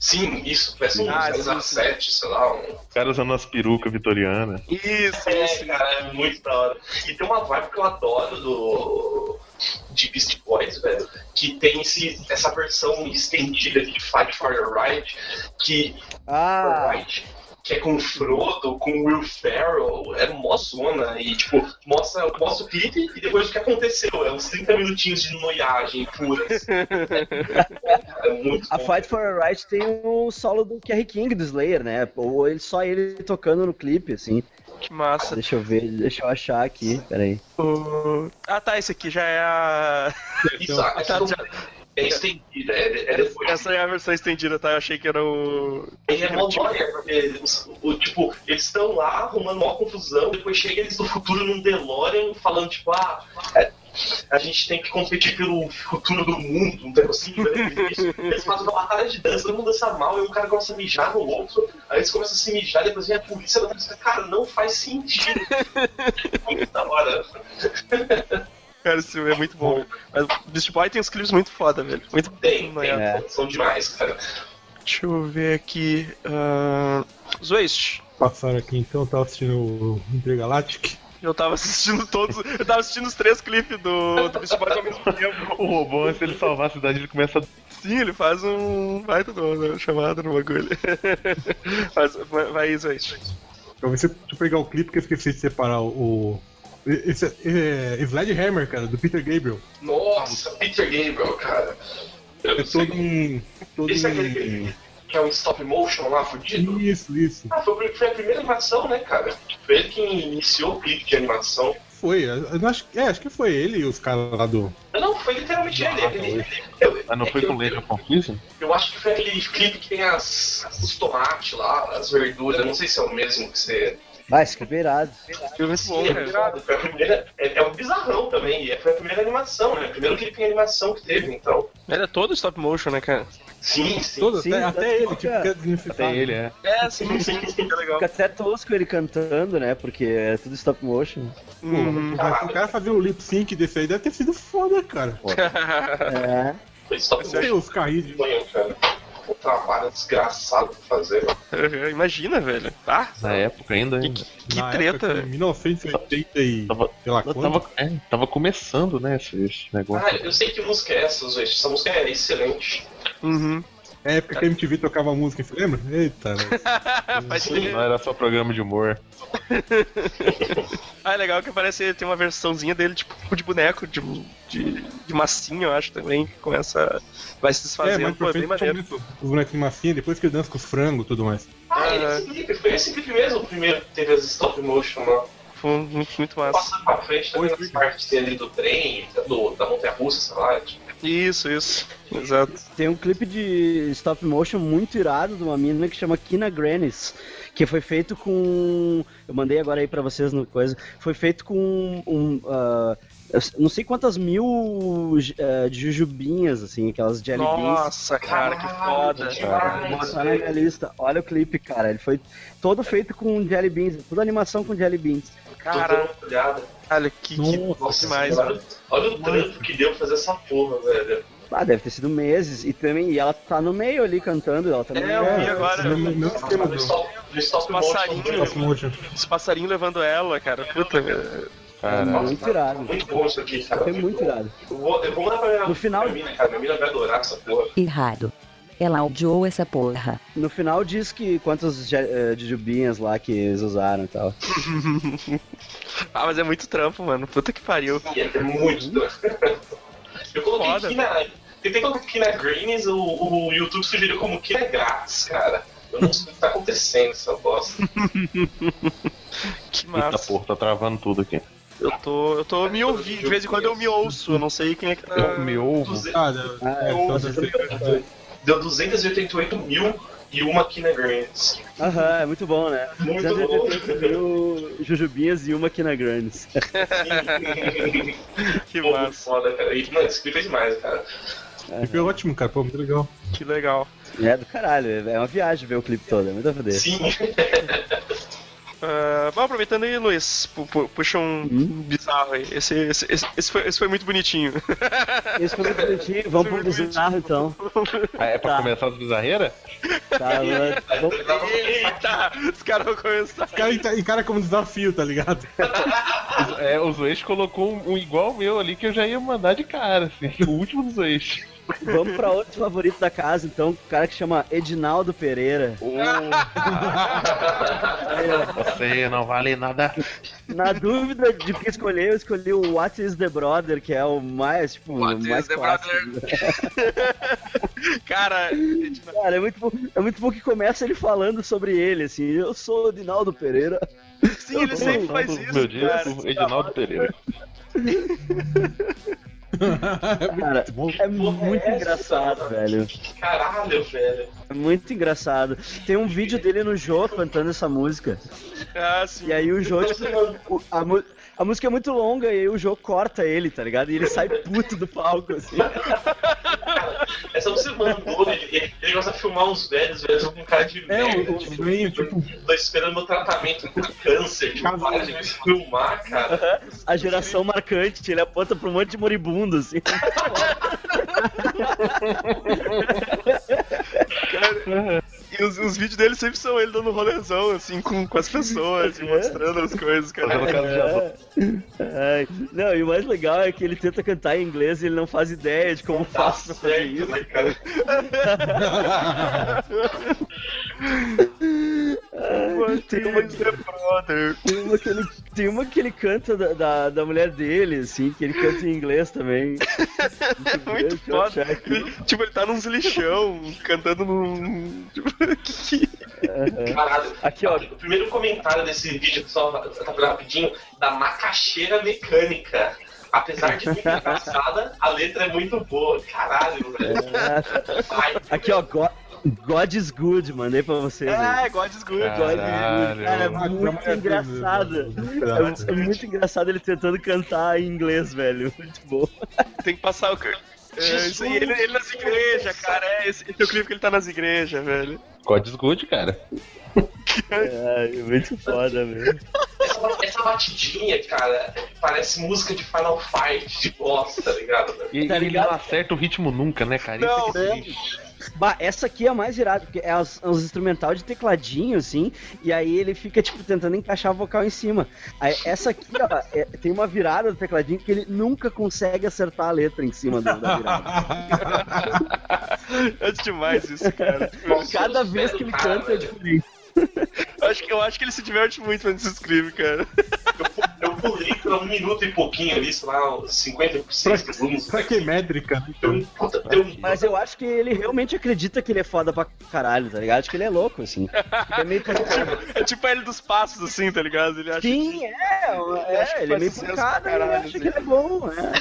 Speaker 3: Sim, isso, parece um
Speaker 2: Ah, sim,
Speaker 3: 17, sei lá, um
Speaker 4: Os caras usando as perucas vitorianas.
Speaker 2: Isso,
Speaker 3: É,
Speaker 2: isso.
Speaker 3: cara, é muito da hora. E tem uma vibe que eu adoro do. de Beast Boys, velho, que tem esse, essa versão estendida de Fight for the Right, que,
Speaker 6: Ah,
Speaker 3: right, que é com o Frodo, com o Will Ferrell, é mó zona, e tipo, mostra, mostra o clipe e depois o que aconteceu, é uns 30 minutinhos de noiagem pura. assim. é muito
Speaker 6: a
Speaker 3: bom.
Speaker 6: Fight for a Right tem o solo do Kerry King do Slayer, né? Ou ele, só ele tocando no clipe, assim.
Speaker 2: Que massa.
Speaker 6: Deixa eu ver, deixa eu achar aqui, peraí.
Speaker 2: O- Ah, tá, esse aqui já é a.
Speaker 3: Isso, Então, a questão é estendida, é, é depois.
Speaker 2: Essa é a versão estendida, tá? Eu achei que era o.
Speaker 3: Ele é mó nóia, porque os- o, tipo, eles estão lá arrumando uma confusão, depois chega eles do futuro num DeLorean falando, tipo, ah, é, a gente tem que competir pelo futuro do mundo, um negocinho, eles fazem uma batalha de dança, todo mundo dança mal, e um cara começa a mijar no outro, aí eles começam a se mijar, depois vem a polícia da música, cara, não faz sentido. Muito da hora.
Speaker 2: Cara, esse filme é muito bom. Mas Beast Boy tem uns clipes muito foda, velho. Muito
Speaker 3: Tem, tem,
Speaker 2: noiado.
Speaker 6: É.
Speaker 3: são demais, cara.
Speaker 2: Deixa eu ver aqui. ah, Os Waste.
Speaker 5: Passaram aqui então, tava assistindo o Intergalactic.
Speaker 2: Eu tava assistindo todos. Eu tava assistindo os três clipes do, do Beast Boy ao mesmo tempo.
Speaker 4: O robô, antes ele salvar a cidade, ele começa a.
Speaker 2: Sim, ele faz um. Vai do né? chamada no bagulho. Mas, vai, vai isso aí.
Speaker 5: Eu vou ver se- deixa eu pegar o clipe que eu esqueci de separar o. o- Esse é, é Sledgehammer, cara, do Peter Gabriel.
Speaker 3: Nossa, Peter Gabriel, cara.
Speaker 5: É todo um. Todo
Speaker 3: Esse é aquele
Speaker 5: um...
Speaker 3: que é um stop motion lá, fudido?
Speaker 5: Isso, isso.
Speaker 3: Ah, foi, foi a primeira animação, né, cara? Foi ele que iniciou o clipe de animação.
Speaker 5: Foi, eu não acho, é, acho que foi ele e os caras lá do.
Speaker 3: Não, foi literalmente
Speaker 2: é
Speaker 3: ele. ele-
Speaker 4: Ah, não
Speaker 3: é
Speaker 4: foi
Speaker 3: que
Speaker 4: com
Speaker 3: eu-
Speaker 4: Legion Confusion?
Speaker 3: Eu acho que foi aquele clipe que tem as, os tomates lá, as verduras. Não sei se é o mesmo que você.
Speaker 6: Ah, esse clipe é irado.
Speaker 2: Filme muito bom, né?
Speaker 3: é,
Speaker 2: cara.
Speaker 3: irado, foi a primeira, é, é um bizarrão também. e Foi a primeira animação, né? O primeiro clipe em animação que teve, então.
Speaker 2: Ele é todo stop motion, né, cara?
Speaker 3: Sim, sim.
Speaker 5: Todo,
Speaker 6: Sim,
Speaker 5: até,
Speaker 6: tanto
Speaker 5: até ele,
Speaker 6: que
Speaker 5: tipo, que
Speaker 6: é-
Speaker 5: é desnecessário.
Speaker 4: Tem ele, é.
Speaker 2: É, sim, sim, sim, é legal.
Speaker 6: Fica até tosco ele cantando, né? Porque é tudo stop motion.
Speaker 2: Uhum.
Speaker 5: Mas o cara fazer o lip sync desse aí deve ter sido foda, cara.
Speaker 6: É.
Speaker 3: Foi stop
Speaker 5: Tem
Speaker 3: motion.
Speaker 5: os carrinhos de.
Speaker 3: cara. Um trabalho desgraçado pra fazer.
Speaker 2: Imagina, velho. Tá?
Speaker 4: Na época ainda, ainda.
Speaker 2: Que
Speaker 5: na
Speaker 2: treta,
Speaker 5: época,
Speaker 2: velho.
Speaker 5: em 1980 e.
Speaker 4: Tava-
Speaker 5: sei lá
Speaker 4: Eu
Speaker 5: quando.
Speaker 4: tava, é, tava começando, né, esse, esse negócio.
Speaker 3: Ah, eu sei que música é essa, gente. Essa música é excelente.
Speaker 2: Uhum.
Speaker 5: É a época que a MTV tocava música, você lembra? Eita, né? velho.
Speaker 2: Faz
Speaker 4: Não era só programa de humor.
Speaker 2: Ah, é legal que aparece, tem uma versãozinha dele, tipo, de boneco, de, de, de massinha, eu acho, também, que começa, vai se
Speaker 5: É,
Speaker 2: desfazendo,
Speaker 5: mas
Speaker 2: pô, é
Speaker 5: por
Speaker 2: bem
Speaker 5: frente
Speaker 2: maneiro.
Speaker 5: começou os bonecos de massinha, depois que eu danço com os frangos e tudo mais.
Speaker 3: Ah, é
Speaker 2: Aham.
Speaker 3: esse clipe, foi esse clipe mesmo, o primeiro que teve as stop motion lá.
Speaker 2: Foi muito, muito massa.
Speaker 3: Passando pra frente tá também
Speaker 5: Pois
Speaker 3: tá as partes dele do trem, do, da montanha russa, sei lá. tipo,
Speaker 2: Isso, isso. Exato.
Speaker 6: Tem um clipe de stop motion muito irado de uma mina que chama Kina Grannis, que foi feito com. Eu mandei agora aí pra vocês no coisa. Foi feito com um. ah, eu não sei quantas mil ah, jujubinhas, assim, aquelas jelly beans.
Speaker 2: Nossa, cara, que foda.
Speaker 6: Vou botar na minha lista. Olha o clipe, cara. Ele foi todo feito com jelly beans, toda animação com jelly beans.
Speaker 3: Tô
Speaker 2: Caralho,
Speaker 3: dando uma olhada.
Speaker 2: que, que
Speaker 3: Nossa,
Speaker 2: demais,
Speaker 3: cara.
Speaker 2: mano.
Speaker 3: Olha o trampo que deu pra fazer essa porra, velho.
Speaker 6: Ah, deve ter sido meses. E também, e ela tá no meio ali cantando. Ela tá no
Speaker 2: É,
Speaker 6: meio.
Speaker 2: eu vi agora.
Speaker 5: No mesmo esquema
Speaker 3: No
Speaker 5: do
Speaker 3: stop, no stop
Speaker 2: Os
Speaker 3: motion.
Speaker 2: passarinhos.
Speaker 5: stop motion.
Speaker 2: Os passarinhos levando ela, cara. Puta, cara.
Speaker 7: Caralho.
Speaker 6: Muito irado.
Speaker 3: Muito bom isso aqui, cara.
Speaker 6: Foi muito irado.
Speaker 3: Eu vou, eu vou mandar pra minha,
Speaker 6: No final-
Speaker 3: pra mina, cara. Minha mina vai adorar essa porra.
Speaker 8: Errado. Ela odiou essa porra.
Speaker 6: No final diz que quantas je- eh, jujubinhas lá que eles usaram e tal.
Speaker 2: Ah, mas é muito trampo, mano. Puta que pariu.
Speaker 3: E é muito doido. Eu coloquei
Speaker 2: Foda,
Speaker 3: aqui na. Tentei colocar aqui na Greenies, o, o YouTube sugeriu como que é grátis, cara. Eu não sei o que tá acontecendo essa bosta.
Speaker 2: Que
Speaker 7: Eita
Speaker 2: massa.
Speaker 7: porra, tá travando tudo aqui.
Speaker 2: Eu tô, eu tô me ouvindo. De vez em quando eu me ouço. Eu não sei quem é que tá.
Speaker 7: Eu me
Speaker 4: Uhum.
Speaker 7: ovo.
Speaker 3: Duze-
Speaker 5: Cara,
Speaker 6: Ah,
Speaker 5: é,
Speaker 3: eu-
Speaker 5: todas as-
Speaker 3: Deu 288 mil e uma aqui na Greenies.
Speaker 6: Aham, é muito bom, né?
Speaker 3: Muito bom.
Speaker 6: 288 mil jujubinhas e uma aqui na Grandes.
Speaker 2: Que
Speaker 3: Pô,
Speaker 2: massa.
Speaker 3: foda, cara. E, mano, esse clipe é demais, cara.
Speaker 5: Foi ótimo, cara. Pô, muito legal.
Speaker 2: Que legal.
Speaker 6: É do caralho, é uma viagem ver o clipe todo, é muito a foder.
Speaker 3: Sim.
Speaker 2: Ah, bom, aproveitando aí, Luiz, pu- pu- puxa um
Speaker 6: Hum?
Speaker 2: bizarro aí. Esse, esse, esse, esse foi, esse foi muito bonitinho.
Speaker 6: Isso foi muito bonitinho, vamos pro bizarro então.
Speaker 7: Ah, é pra
Speaker 6: Tá.
Speaker 7: começar as bizarreiras?
Speaker 6: Tá, vamos-
Speaker 3: Dá pra-
Speaker 2: Eita! Os caras vão começar.
Speaker 5: Os caras enca- encaram como desafio, tá ligado?
Speaker 7: É, o Zoeixo colocou um, um igual meu ali que eu já ia mandar de cara, assim. O último do Zoeixo.
Speaker 6: vamos pra outro favorito da casa então, o cara que chama Edinaldo Pereira.
Speaker 7: Você não vale nada.
Speaker 6: Na dúvida de que escolher, eu escolhi o What is the Brother, que é o mais, tipo,
Speaker 2: What
Speaker 6: o
Speaker 2: is
Speaker 6: mais
Speaker 2: the
Speaker 6: clássico.
Speaker 2: Cara,
Speaker 6: Cara, é muito, bom, é muito bom que começa ele falando sobre ele, assim. Eu sou o Edinaldo Pereira.
Speaker 2: sim, é ele sempre faz isso.
Speaker 7: Meu Deus,
Speaker 2: cara.
Speaker 7: o Edinaldo Pereira.
Speaker 6: Cara,
Speaker 5: Muito bom.
Speaker 6: é muito
Speaker 3: essa,
Speaker 6: engraçado, velho.
Speaker 3: Caralho, velho.
Speaker 6: É muito engraçado. Tem um vídeo dele no Jô cantando essa música.
Speaker 2: Ah, sim.
Speaker 6: E aí o Jô, tipo, o- a, mu- a música é muito longa e aí o Jô corta ele, tá ligado? E ele sai puto do palco, assim.
Speaker 3: Essa você mandou, ele, ele gosta de filmar uns velhos, velhos com cara de
Speaker 5: É,
Speaker 3: velho,
Speaker 5: o- os velhos, tipo,
Speaker 3: Tô esperando meu tratamento contra câncer, de
Speaker 5: Casal.
Speaker 3: página, de filmar, cara.
Speaker 6: A geração marcante, ele aponta pra um monte de moribundo, assim.
Speaker 2: E os, os vídeos dele sempre são ele dando rolezão, assim, com, com as pessoas, e mostrando as coisas, cara.
Speaker 4: É
Speaker 7: Fazendo casa de adulto.
Speaker 6: Ai, Não, e o mais legal é que ele tenta cantar em inglês e ele não faz ideia de como
Speaker 3: Tá
Speaker 6: faz pra fazer
Speaker 3: certo,
Speaker 6: isso.
Speaker 3: né, cara?
Speaker 6: Tem um uma,
Speaker 2: Mas é brother.
Speaker 6: tem uma que ele, tem uma que ele canta da, da, da mulher dele, assim, que ele canta em inglês também.
Speaker 2: É Muito
Speaker 6: Deixa eu
Speaker 2: foda.
Speaker 6: achar aqui.
Speaker 2: Tipo, ele tá nos lixão, cantando num. Tipo, que-
Speaker 3: Caralho.
Speaker 6: Aqui, ó.
Speaker 3: O primeiro comentário desse vídeo, só tá rapidinho, da macaxeira mecânica. Apesar de muito engraçada, a letra é muito boa. Caralho, velho.
Speaker 6: É.
Speaker 3: Vai,
Speaker 6: Aqui, ó, God, God is Good, mandei pra vocês. aí.
Speaker 2: É, God is good.
Speaker 6: Ah, God is
Speaker 7: Caralho.
Speaker 6: Good. Cara, é muito
Speaker 5: Trabalhador,
Speaker 6: engraçado.
Speaker 5: né?
Speaker 6: É, é muito engraçado ele tentando cantar em inglês, velho. Muito bom.
Speaker 2: Tem que passar o. É, isso aí, ele, ele nas igrejas, cara. É esse, esse é o clipe que ele tá nas igrejas, velho.
Speaker 7: Codes good, cara.
Speaker 6: É, muito foda, velho.
Speaker 3: Essa, essa batidinha, cara, parece música de Final Fight de boss, tá ligado?
Speaker 7: E,
Speaker 6: Tá
Speaker 7: e ele
Speaker 6: ligado?
Speaker 7: não acerta o ritmo nunca, né, cara? Isso
Speaker 2: Não,
Speaker 7: é que
Speaker 6: não.
Speaker 7: triste.
Speaker 6: Bah, essa aqui é a mais irada, porque é os, é os instrumental de tecladinho, assim, e aí ele fica, tipo, tentando encaixar o vocal em cima. Aí, essa aqui, ó, é- tem uma virada do tecladinho que ele nunca consegue acertar a letra em cima da, da virada.
Speaker 2: É demais isso, cara. Tipo,
Speaker 6: Cada vez que ele canta é diferente.
Speaker 2: Eu acho, que, eu acho que ele se diverte muito fazendo esses clipes, cara.
Speaker 3: Eu, pulei pra um minuto e pouquinho ali, sei lá, uns 56 segundos.
Speaker 5: Pra que métrica? né?
Speaker 3: Deu um puta, deu um
Speaker 6: Mas eu acho que ele realmente acredita que ele é foda pra caralho, tá ligado? Acho que ele é louco, assim. Ele é meio pancada.
Speaker 2: É tipo ele dos passos, assim, tá ligado? Ele acha
Speaker 6: Sim, é,
Speaker 2: acho que
Speaker 6: é, ele é meio
Speaker 2: faz sucesso
Speaker 6: pancada,
Speaker 2: pra
Speaker 6: ele
Speaker 2: caralho, assim.
Speaker 6: acha que ele é bom, né?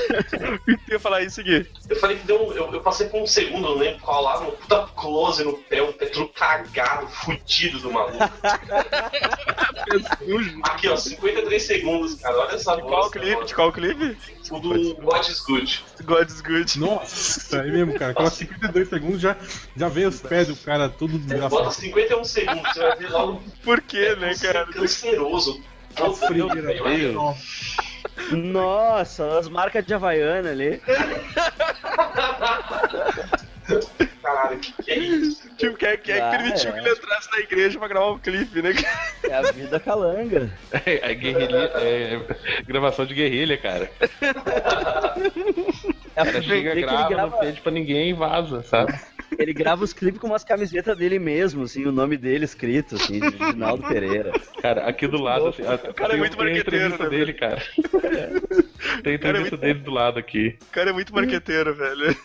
Speaker 2: que eu ia falar isso aqui.
Speaker 3: Eu falei que deu. Eu, eu passei por um segundo, eu não lembro qual lá, no puta close no pé, um Petro cagado, fudido do maluco. Aqui, ó, 53 segundos, cara. Olha essa
Speaker 2: De qual clipe? De qual clipe?
Speaker 3: O do What is Good.
Speaker 2: God is good.
Speaker 5: Nossa, aí mesmo, cara. Com 52 segundos já, já veio os pés do cara todo
Speaker 3: Bota
Speaker 5: desgraçado.
Speaker 3: 51 segundos, você vai ver logo
Speaker 2: Por
Speaker 6: É
Speaker 2: quê, né,
Speaker 3: você
Speaker 2: cara?
Speaker 3: canceroso.
Speaker 5: Nossa, frigideira,
Speaker 3: Meu
Speaker 5: velho.
Speaker 3: Deus.
Speaker 6: Nossa, as marcas de Havaiana ali.
Speaker 3: Caralho, que que é isso?
Speaker 2: Tipo, quem é que
Speaker 6: Ah,
Speaker 2: permitiu
Speaker 6: é.
Speaker 2: que ele entrasse na igreja pra gravar um clipe, né? cara?
Speaker 6: É a vida calanga.
Speaker 7: É, é guerrilha, é gravação de guerrilha, cara.
Speaker 6: É a
Speaker 7: O cara chega,
Speaker 6: que
Speaker 7: grava,
Speaker 6: ele
Speaker 7: não
Speaker 6: grava,
Speaker 7: pede pra ninguém e vaza, sabe?
Speaker 6: ele grava os clipes com umas camisetas dele mesmo, assim, o nome dele escrito, assim, de Ginaldo Pereira.
Speaker 7: Cara, aqui do lado, assim, o
Speaker 2: cara é muito
Speaker 7: tem a
Speaker 2: marqueteiro,
Speaker 7: entrevista
Speaker 2: né,
Speaker 7: dele, cara. Tem a
Speaker 2: cara
Speaker 7: entrevista
Speaker 2: é muito-
Speaker 7: dele do lado aqui.
Speaker 2: O cara é muito marqueteiro, velho.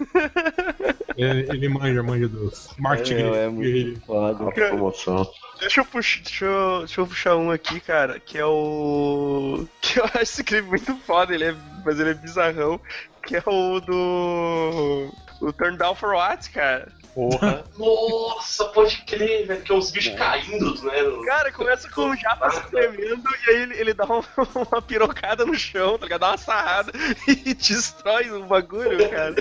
Speaker 5: Ele, É, ele manja, manja dos Marte
Speaker 6: É, meu, é muito foda.
Speaker 7: Promoção.
Speaker 2: Deixa eu, puxar, deixa, eu, deixa eu puxar um aqui, cara, que é o. Que eu acho esse clipe muito foda, ele é, mas ele é bizarrão. Que é o do. O Turn Down for What, cara?
Speaker 7: Porra.
Speaker 3: Nossa, pode crer, velho, que é os bichos caindo, né?
Speaker 2: Cara, começa com o japa se tremendo e aí ele, ele dá uma, uma pirocada no chão, tá ligado? Dá uma sarrada e destrói o bagulho, cara.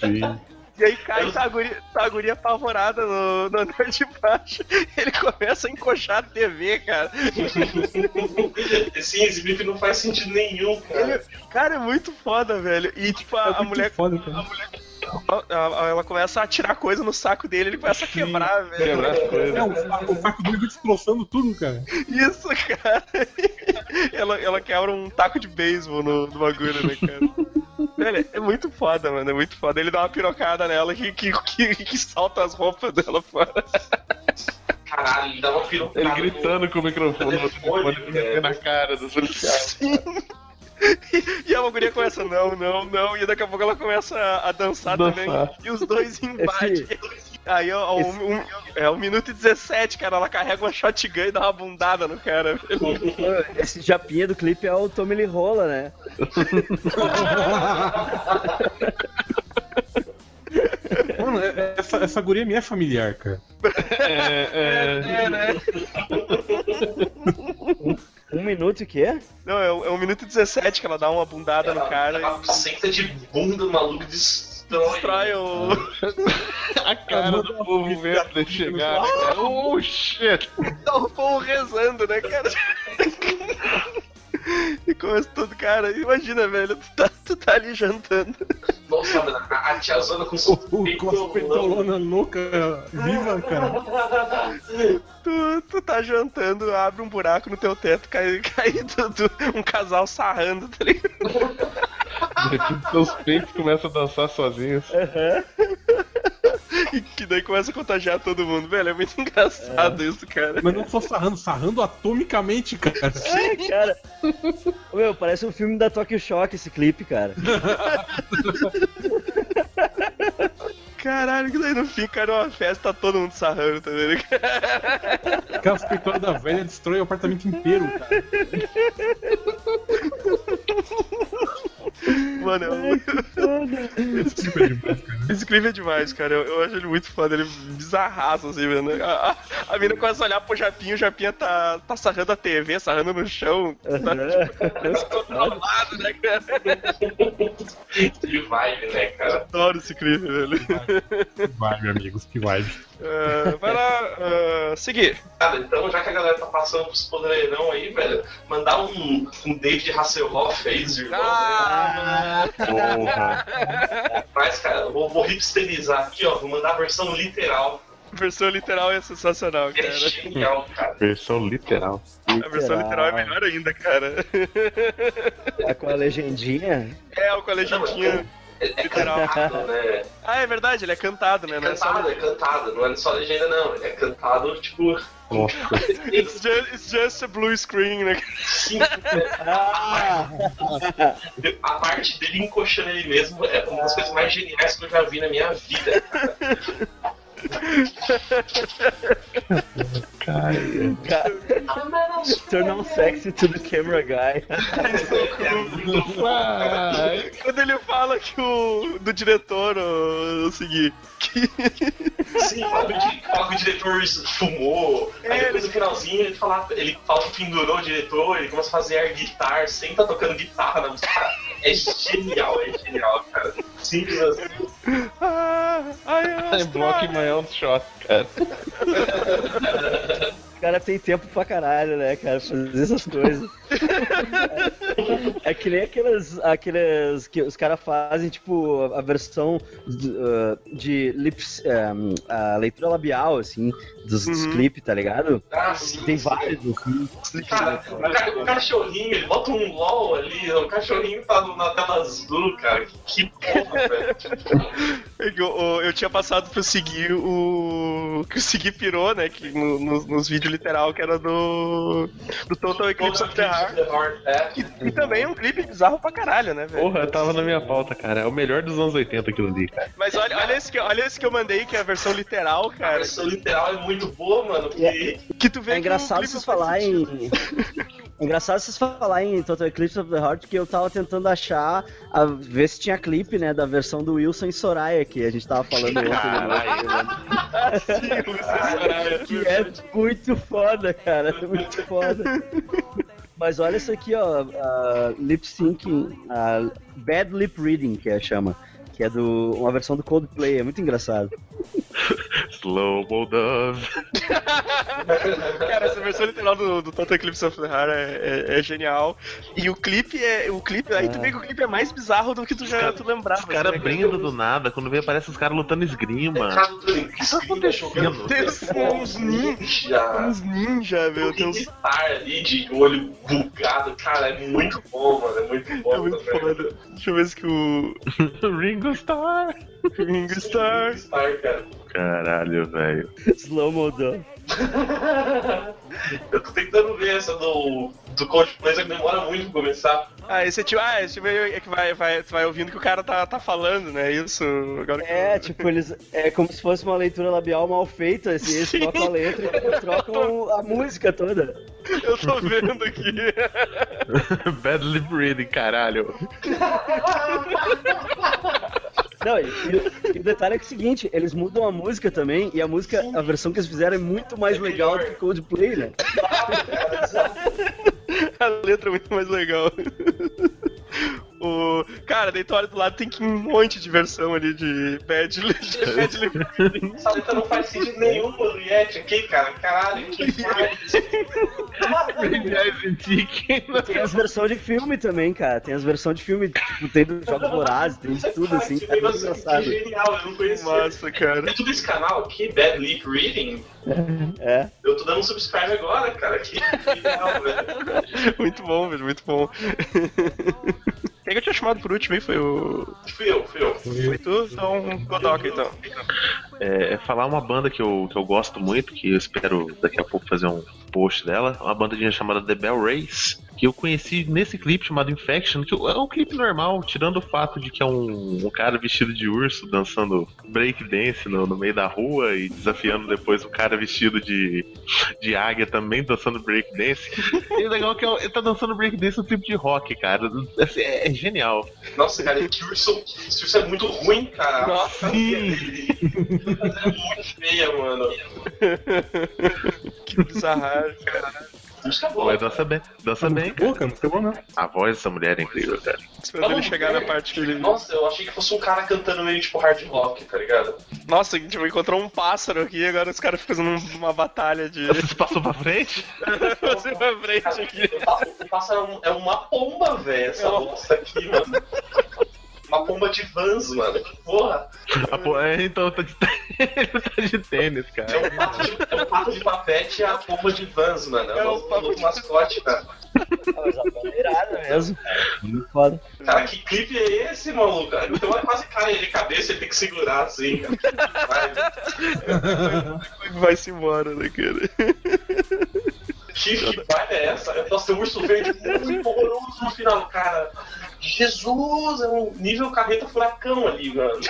Speaker 7: Sim.
Speaker 2: E aí cai, tá a guria, tá a guria apavorada no, no andar de baixo. Ele começa a encoxar a TV, cara.
Speaker 3: Sim, esse clipe não faz sentido nenhum, cara.
Speaker 2: Ele- cara, é muito foda, velho. E tipo, a, a mulher.
Speaker 5: é Foda, cara.
Speaker 2: a- a- ela começa a atirar coisa no saco dele, ele começa a quebrar, velho.
Speaker 7: Quebrar as coisas.
Speaker 5: É, o saco, o saco dele destroçando tudo, cara.
Speaker 2: Isso, cara. ela, ela quebra um taco de beisebol no, no bagulho, né, cara? Velho, é muito foda, mano. É muito foda. Ele dá uma pirocada nela que, que, que, que salta as roupas dela fora.
Speaker 3: Caralho, ele dá uma pirocada.
Speaker 7: Ele
Speaker 3: no-
Speaker 7: gritando com o microfone no telefone, ele na cara dos policiais.
Speaker 2: E a guria começa, não, não, não. E daqui a pouco ela começa a, a dançar, também.
Speaker 7: Dançar.
Speaker 2: E os dois embatem. Aí, ó, ó, um, um- é um minuto e 17, cara. Ela carrega uma shotgun e dá uma bundada no cara.
Speaker 6: Esse japinha do clipe é o Tommy Lee Rola, né?
Speaker 5: Mano, é- é- essa, essa guria me é familiar, cara.
Speaker 7: É, é.
Speaker 2: É, né?
Speaker 6: Um minuto e quê?
Speaker 2: Não, é, um- é um minuto e 17 que ela dá uma bundada no cara e
Speaker 3: Ela senta de bunda, o maluco destrói.
Speaker 2: destrói o.
Speaker 7: É, A cara do povo vendo ele chegar. né, cara? Oh, shit.
Speaker 2: Tá o povo rezando, né, cara? E começa todo cara, imagina, velho, tu tá, tu tá ali jantando.
Speaker 3: Nossa, mano, a, a tiazona com
Speaker 5: O,
Speaker 3: seu
Speaker 5: o, com as pentolona louca viva, cara.
Speaker 2: Tu, tu tá jantando, abre um buraco no teu teto, cai, cai tudo, um casal sarrando, tá ligado?
Speaker 7: Seus peitos começam a dançar sozinhos.
Speaker 2: E que daí começa a contagiar todo mundo, velho. É muito engraçado isso, cara.
Speaker 5: Mas não só sarrando, sarrando atomicamente, cara.
Speaker 6: É, cara. Meu, parece um filme da Tokyo Shock esse clipe, cara.
Speaker 2: Caralho, que daí no fim, cara, é uma festa, tá todo mundo sarrando, tá vendo? cara?
Speaker 5: Aquelas peitolas da velha destrói o apartamento inteiro, cara.
Speaker 2: Mano, é eu-
Speaker 5: Super demais, cara.
Speaker 2: esse clipe é demais, cara. Eu, eu acho ele muito foda, ele é bizarraço, assim, mano. A, a, a mina começa a olhar pro Japinha, o Japinha tá, tá sarrando a TV, sarrando no chão. Controlado, né, cara?
Speaker 3: Que vibe, né, cara?
Speaker 2: Adoro esse clipe, velho.
Speaker 5: Que vibe, amigos, que vibe.
Speaker 2: Ah, vai lá, ah, seguir.
Speaker 3: Cara, então já que a galera tá passando pros poderão aí, velho, mandar um, um David Hasselhoff aí, os irmãos,
Speaker 2: Ah!
Speaker 7: Porra.
Speaker 3: né? Mas, cara, eu vou, vou hipsterizar aqui, ó, vou mandar a versão literal.
Speaker 2: A versão literal é sensacional,
Speaker 3: que É
Speaker 2: cara.
Speaker 3: genial, cara.
Speaker 7: Versão literal.
Speaker 2: A versão literal é melhor ainda, cara.
Speaker 6: Tá com a legendinha?
Speaker 2: É, o colegiadinho.
Speaker 3: É cantado, né?
Speaker 2: Ah, é verdade, ele é cantado, né? Não é só
Speaker 3: Cantado, é cantado. Não é só legenda, não. Ele é cantado, tipo.
Speaker 2: It's just, it's just a blue screen, né?
Speaker 6: Ah,
Speaker 3: A parte dele encoxando ele mesmo é uma das coisas mais geniais que eu já vi na minha vida.
Speaker 6: Turn on um sexy to the camera guy.
Speaker 3: É muito foda.
Speaker 2: Quando ele fala que o. do diretor, o, o seguir. Que
Speaker 3: Sim, fala que o di- fala que o diretor fumou. Aí depois no finalzinho ele fala, ele fala que pendurou o diretor, ele começa a fazer air guitar sem estar tocando guitarra na música. É genial, é genial, cara. Simples assim.
Speaker 2: Ah, ai,
Speaker 7: Em bloco
Speaker 2: Astra.
Speaker 7: my own shot, cara.
Speaker 2: É.
Speaker 6: O cara tem tempo pra caralho, né, cara? Fazer essas coisas. É que nem aqueles, aqueles que os caras fazem, tipo, a versão d- ah, de lips, ah, a leitura labial, assim, dos, dos
Speaker 2: Uhum.
Speaker 6: clipes, tá ligado?
Speaker 3: Ah, sim,
Speaker 6: Tem
Speaker 3: sim.
Speaker 6: vários, assim.
Speaker 3: Cara, o, ca- o cachorrinho, ele bota um LOL ali, o cachorrinho tá no- na tela azul, cara. Que porra, velho.
Speaker 2: Eu, o- eu tinha passado pro seguir o. que o seguir pirou, né? Que no- no- nos vídeos literal, que era do. do Total Eclipse of the Heart.
Speaker 3: É.
Speaker 2: E também é um clipe bizarro pra caralho, né, velho?
Speaker 7: Porra, tava na minha pauta, cara. É o melhor dos anos 80 aquilo ali, cara.
Speaker 2: Mas olha, olha, esse que, olha esse que eu mandei, que é a versão literal,
Speaker 3: A
Speaker 2: cara.
Speaker 3: versão literal é muito boa, mano. Porque
Speaker 2: Que tu vê
Speaker 6: É
Speaker 2: que o
Speaker 6: engraçado
Speaker 2: clipe
Speaker 6: vocês
Speaker 2: não faz
Speaker 6: falarem.
Speaker 2: sentido.
Speaker 6: É engraçado vocês falarem em Total Eclipse of the Heart, que eu tava tentando achar, a- ver se tinha clipe, né, da versão do Wilson e Soraya, que a gente tava falando ontem.
Speaker 7: Caralho,
Speaker 6: né?
Speaker 3: Caralho,
Speaker 6: Que é muito foda, cara, é muito foda. Mas olha isso aqui, ó, a Lip Syncing, a Bad Lip Reading, que é chama, que é do, uma versão do Coldplay, é muito engraçado.
Speaker 4: Slow Moldove.
Speaker 2: Cara, essa versão literal do, do Total Eclipse of the Heart é, é- é genial. E o clipe é. O clipe, aí tu vê que o clipe é mais bizarro do que tu já
Speaker 4: cara-
Speaker 2: tu lembrava.
Speaker 4: Os caras
Speaker 2: né,
Speaker 4: brindam do nada, quando vê aparece os caras lutando esgrima.
Speaker 3: Cara, o que tá acontecendo?
Speaker 2: Tem uns- uns
Speaker 3: ninja.
Speaker 2: Uns ninja, meu
Speaker 3: Tem um
Speaker 2: Deus.
Speaker 3: estar ali de olho bugado, cara, é muito bom, mano. É muito bom.
Speaker 2: É muito
Speaker 3: também.
Speaker 2: foda. Deixa eu ver se que o
Speaker 4: Ringo Starr.
Speaker 2: Ringo Starr.
Speaker 3: Star, cara.
Speaker 4: Caralho, velho.
Speaker 6: Slow Modo.
Speaker 3: Eu tô tentando ver essa do, do Coldplay, só que demora muito pra começar.
Speaker 2: Ah, esse é tipo, ah, esse meio é que vai, vai, tu vai ouvindo que o cara tá, tá falando, né? Isso. Agora que
Speaker 6: É,
Speaker 2: eu-
Speaker 6: tipo, eles. É como se fosse uma leitura labial mal feita, assim, eles
Speaker 2: Sim.
Speaker 6: trocam a letra e depois trocam a música toda.
Speaker 2: eu tô vendo aqui.
Speaker 4: Badly breathing, caralho.
Speaker 6: Não, e, e- e o detalhe é que é o seguinte, eles mudam a música também, e a música, a versão que eles fizeram é muito mais
Speaker 3: É
Speaker 6: legal do
Speaker 3: melhor.
Speaker 6: que Coldplay, né?
Speaker 2: A letra é muito mais legal. O... Cara, daí tu olha do lado, tem que um monte de versão ali de Bad, de bad Lip
Speaker 3: Essa letra não faz sentido nenhum, mano. Yeti aqui, cara. Caralho, que faz.
Speaker 6: Tem as versões de filme também, cara. Tem as versões de filme, tipo, tem dos Jogos Vorazes, tem de tudo, assim,
Speaker 3: Que
Speaker 6: é muito
Speaker 3: negócio-
Speaker 6: engraçado.
Speaker 3: Que genial, eu não conhecia.
Speaker 2: Massa, cara.
Speaker 3: É tudo esse canal aqui, Bad Lip Reading.
Speaker 6: É.
Speaker 3: Eu tô dando um subscribe agora, cara. Que genial, velho.
Speaker 2: Muito bom, velho, muito bom. Quem é que eu tinha chamado por último aí? Foi o.
Speaker 3: Fui eu, fui eu.
Speaker 2: Foi tu? Então, Godoka, então.
Speaker 4: É, é falar uma banda que eu, que eu gosto muito, que eu espero daqui a pouco fazer um post dela. Uma bandinha chamada The Bell Race, que eu conheci nesse clipe chamado Infection, que é um clipe normal, tirando o fato de que é um, um cara vestido de urso dançando breakdance no, no meio da rua e desafiando depois um cara vestido de, de águia também dançando breakdance. E o legal é que ele tá dançando breakdance no clipe de rock, cara. Assim, é, é genial.
Speaker 3: Nossa, cara, esse urso, esse urso é muito ruim, cara.
Speaker 2: Nossa.
Speaker 3: A fantasia dele é muito feia, mano.
Speaker 2: Que bizarro.
Speaker 3: Isso é bom.
Speaker 4: Mas dança bem, dança bem, cara.
Speaker 5: Tá Boca, não sei bom, não.
Speaker 4: A voz dessa mulher é incrível, cara.
Speaker 2: Esperando ele chegar na parte que ele.
Speaker 3: Nossa, eu achei que fosse um cara cantando meio tipo hard rock, tá ligado?
Speaker 2: Nossa, a gente encontrou um pássaro aqui agora os caras ficam fazendo um, uma batalha de.
Speaker 4: Você passou pra frente?
Speaker 2: Você pra frente aqui.
Speaker 3: O pássaro- O pássaro é um- é uma pomba, velho, essa bolsa aqui, mano. Uma pomba de vans, mano. Que porra.
Speaker 4: Ah, pô, é, então tá de, ele tá de tênis,
Speaker 3: É
Speaker 4: cara.
Speaker 3: um pato de, é um pato de papete e a pomba de vans, mano. É
Speaker 2: É um
Speaker 3: o
Speaker 2: papo
Speaker 3: novo
Speaker 2: de-
Speaker 3: mascote, cara.
Speaker 6: Ah, mas a banda é irada, mesmo. Muito foda.
Speaker 3: Cara, que clipe é esse, maluco? Então é quase cara de cabeça, ele tem que segurar assim, cara. Vai,
Speaker 2: Vai-se embora, né, cara?
Speaker 3: que, que vibe é essa? Nossa, tem um urso verde muito horroroso no final, cara. Jesus, é um nível carreta furacão ali, mano.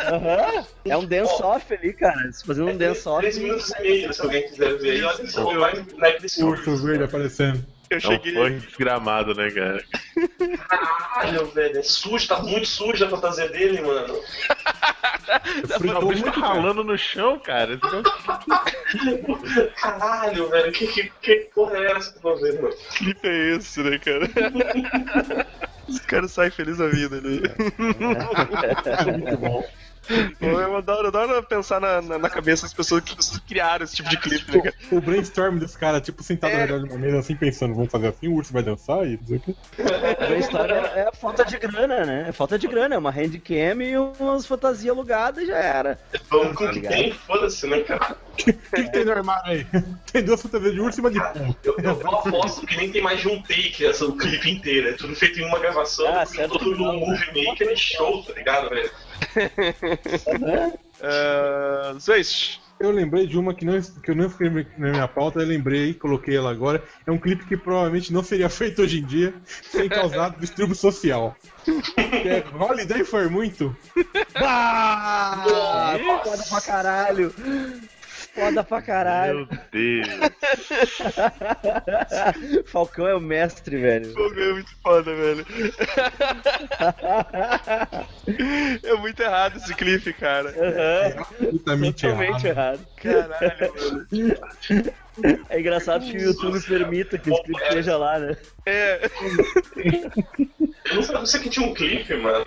Speaker 6: Aham. É um dance-off ali, cara. Eles fazendo um dance-off.
Speaker 3: 3 minutos e meio, se alguém quiser ver. E olha é só, vai no naipe desse
Speaker 5: Urso
Speaker 3: urso.
Speaker 5: verde aparecendo.
Speaker 2: Eu
Speaker 4: É um
Speaker 2: cheguei.
Speaker 4: funk desgramado, né, cara?
Speaker 3: Caralho, velho, é sujo, tá muito suja a fantasia dele, mano.
Speaker 4: O bicho tá ralando no chão, cara. tá-
Speaker 3: Caralho, velho, que, que, que porra é essa que eu tô vendo, mano?
Speaker 2: Que clipe é esse, né, cara? Os caras saem felizes da vida ali. Eu adoro, adoro pensar na, na, na cabeça das pessoas que criaram esse tipo de clipe, né, cara?
Speaker 5: O brainstorm desse cara, tipo, sentado na verdade numa mesa, assim, pensando, vamos fazer assim, o urso vai dançar e não sei o quê.
Speaker 6: A história é é falta de grana, né? É falta de grana, é uma handcam e umas fantasias alugadas e já era.
Speaker 3: Vamos com o que
Speaker 6: Obrigado.
Speaker 3: tem, foda-se, né, cara?
Speaker 5: O que, que tem no armário aí? Tem duas fantasias de urso e uma de pombo.
Speaker 3: Eu, eu, eu aposto que nem tem mais de um take essa do clipe inteiro. É tudo feito em uma gravação,
Speaker 6: Ah,
Speaker 3: tudo-
Speaker 6: certo.
Speaker 3: todo mundo um movie maker e show, tá ligado, velho?
Speaker 2: Uh, Zwist,
Speaker 5: Eu lembrei de uma que, não, que eu não escrevi na minha pauta, eu lembrei, coloquei ela agora. É um clipe que provavelmente não seria feito hoje em dia sem causar distúrbio social. Que é Holiday for Muito.
Speaker 6: Ah, foda pra caralho. Foda pra caralho.
Speaker 4: Meu Deus.
Speaker 6: Falcão é o mestre, velho.
Speaker 2: é muito foda, velho. É muito errado esse clipe, cara.
Speaker 6: Aham,
Speaker 5: Absolutamente
Speaker 6: totalmente
Speaker 5: errado.
Speaker 6: errado.
Speaker 2: Caralho, velho.
Speaker 6: É engraçado que o YouTube permita que o script esteja lá, né?
Speaker 2: É,
Speaker 3: Eu não sabia que tinha um clipe, mano.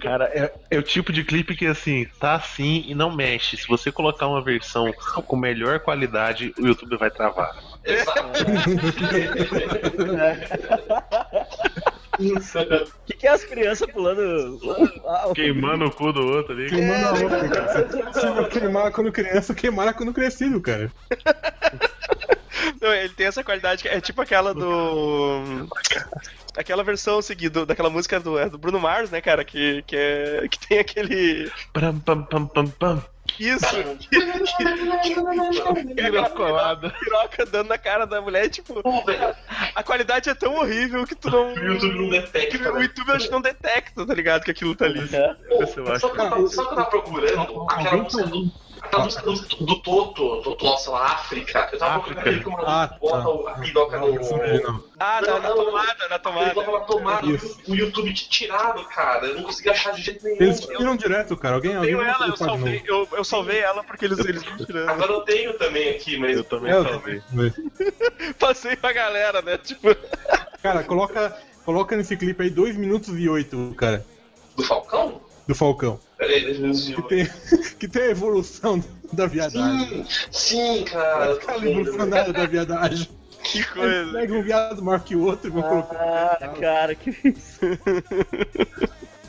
Speaker 4: Cara, é, é o tipo de clipe que assim, tá assim e não mexe. Se você colocar uma versão com melhor qualidade, o YouTube vai travar.
Speaker 3: Exato.
Speaker 6: O que, que é as crianças pulando. Ah, o-
Speaker 4: Queimando o cu do outro ali.
Speaker 5: Queimando a roupa, cara. Se eu queimar quando criança, eu queimara quando crescido, cara.
Speaker 2: não, ele tem essa qualidade que é tipo aquela do. Aquela versão seguida daquela música do, é do Bruno Mars, né, cara? Que, que, é, que tem aquele.
Speaker 4: Pam, pam, pam, pam, pam.
Speaker 2: Isso!
Speaker 4: Pega colada.
Speaker 2: piroca dando na cara da mulher, tipo,
Speaker 3: Pô, velho,
Speaker 2: a qualidade é tão horrível que tu não.
Speaker 3: O YouTube não detecta,
Speaker 2: O
Speaker 3: né?
Speaker 2: YouTube eu acho que não detecta, tá ligado? Que aquilo tá ali.
Speaker 3: Pô,
Speaker 4: Esse eu acho.
Speaker 3: Sabe o que eu tava- sabe o que eu tava procurando? Aquela música do. Aquela música do, do Toto, do Toto, sei lá, África. Eu tava procurando aquele que o maluco
Speaker 5: Ah, tá.
Speaker 3: bota a piroca no.
Speaker 2: Ah, na,
Speaker 3: Não,
Speaker 2: na
Speaker 3: não, não.
Speaker 2: tomada, na
Speaker 3: Ele
Speaker 2: tomada.
Speaker 3: tava na tomada
Speaker 5: Isso.
Speaker 3: o YouTube tinha tirado, cara. Eu não conseguia achar de jeito nenhum.
Speaker 5: Eles
Speaker 3: Eu-
Speaker 5: tiram direto, cara. Alguém, alguém
Speaker 2: Tenho
Speaker 5: vai
Speaker 2: ela, eu
Speaker 5: colocar de
Speaker 2: salvei, eu, eu salvei ela porque eles eles vão tirando.
Speaker 3: Agora eu tenho também aqui, mas.
Speaker 4: Eu também
Speaker 5: É, eu
Speaker 4: salvei.
Speaker 5: novo.
Speaker 2: Passei pra galera, né? Tipo,
Speaker 5: Cara, coloca, coloca nesse clipe aí 2 minutos e 8, cara,
Speaker 3: Do Falcão?
Speaker 5: do Falcão.
Speaker 3: Peraí, eles me desviou.
Speaker 5: Tem- que tem a evolução da
Speaker 3: Sim,
Speaker 5: viadagem.
Speaker 3: sim, cara. eu tô
Speaker 5: Cara,
Speaker 3: vendo, velho.
Speaker 5: evolucionário da viadagem.
Speaker 2: que
Speaker 5: Eles
Speaker 2: coisa.
Speaker 5: pegam um viado maior que o outro e vão colocar.
Speaker 6: Ah, cara, que isso.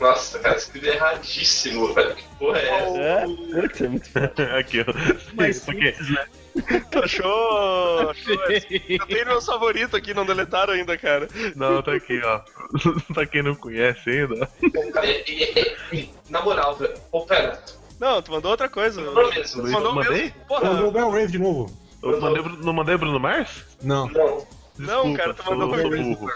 Speaker 3: Nossa, cara, escrevi erradíssimo, velho. Que porra é essa?
Speaker 6: É, puta, é muito foda.
Speaker 4: Aqui, ó.
Speaker 6: Mas
Speaker 4: Porque
Speaker 2: Achou? achou essa. Eu tenho meus favoritos aqui, não deletaram ainda, cara.
Speaker 4: Não, tá aqui, ó. pra quem não conhece ainda.
Speaker 3: Cara, é- é- é- é- na moral, velho. Pô, pera.
Speaker 2: Não, tu mandou outra coisa.
Speaker 3: Não mesmo.
Speaker 4: Luiz,
Speaker 2: Mandou
Speaker 4: mandei?
Speaker 2: mesmo. Porra,
Speaker 5: Mandou o Bell Rave de novo.
Speaker 4: Eu mandei, Bru- não mandei Bruno Mars?
Speaker 5: Não.
Speaker 3: Não.
Speaker 2: Não, cara, tu mandou
Speaker 4: sou, sou
Speaker 2: Bruno
Speaker 4: burro.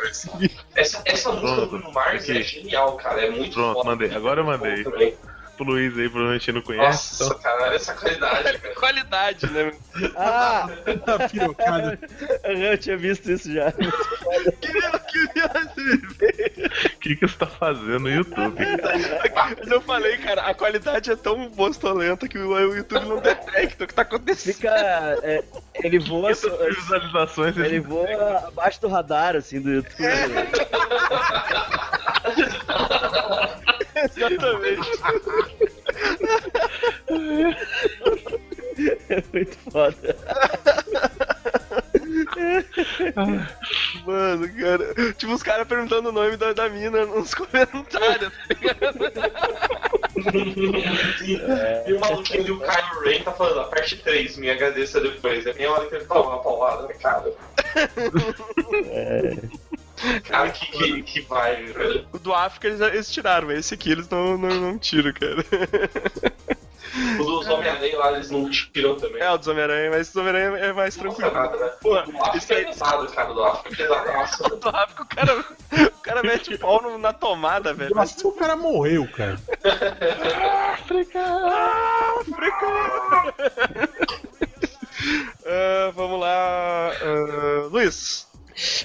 Speaker 3: Essa, essa música do
Speaker 4: Pronto.
Speaker 3: Bruno Mars é
Speaker 4: Aqui.
Speaker 3: genial, cara. É muito
Speaker 4: Pronto,
Speaker 3: foda.
Speaker 4: mandei. Agora eu mandei.
Speaker 3: Também.
Speaker 4: Pro Luiz aí, provavelmente não conhece.
Speaker 3: Nossa, cara, olha essa qualidade, cara.
Speaker 2: qualidade, né?
Speaker 6: Ah,
Speaker 5: Tá pirocada.
Speaker 6: eu tinha visto isso já.
Speaker 4: O que, que você tá fazendo no YouTube?
Speaker 2: Mas eu falei, cara, a qualidade é tão bostolenta que o o YouTube não detecta o que tá acontecendo.
Speaker 6: Fica. é, ele voa. so-
Speaker 4: Essas visualizações
Speaker 6: ele
Speaker 4: ele...
Speaker 6: voa abaixo do radar, assim, do YouTube. né?
Speaker 2: Exatamente.
Speaker 6: É muito foda.
Speaker 2: Mano, cara. Tipo, os caras perguntando o nome da, da mina nos comentários.
Speaker 3: E o maluquinho do Kylo Ren tá falando, a parte 3, me agradeça depois. É bem a hora que ele toma uma paulada, né, cara. Cara, que, que, que vai. velho.
Speaker 2: O do África eles, eles tiraram, mas esse aqui eles não, não, não tiram, cara.
Speaker 3: O dos Homem-Aranha lá, eles não tiram também.
Speaker 2: É, o dos Homem-Aranha, mas o dos Homem-Aranha é mais tranquilo.
Speaker 3: Não custa nada, né?
Speaker 2: Porra,
Speaker 3: O do África
Speaker 2: isso
Speaker 3: é
Speaker 2: aí.
Speaker 3: pesado, cara. O do África é pesadaço.
Speaker 2: O do África, o cara, o cara mete o pau no- na tomada, velho. Mas
Speaker 5: Nossa, o cara morreu, cara.
Speaker 2: Ah, vamos lá. ah, Luiz.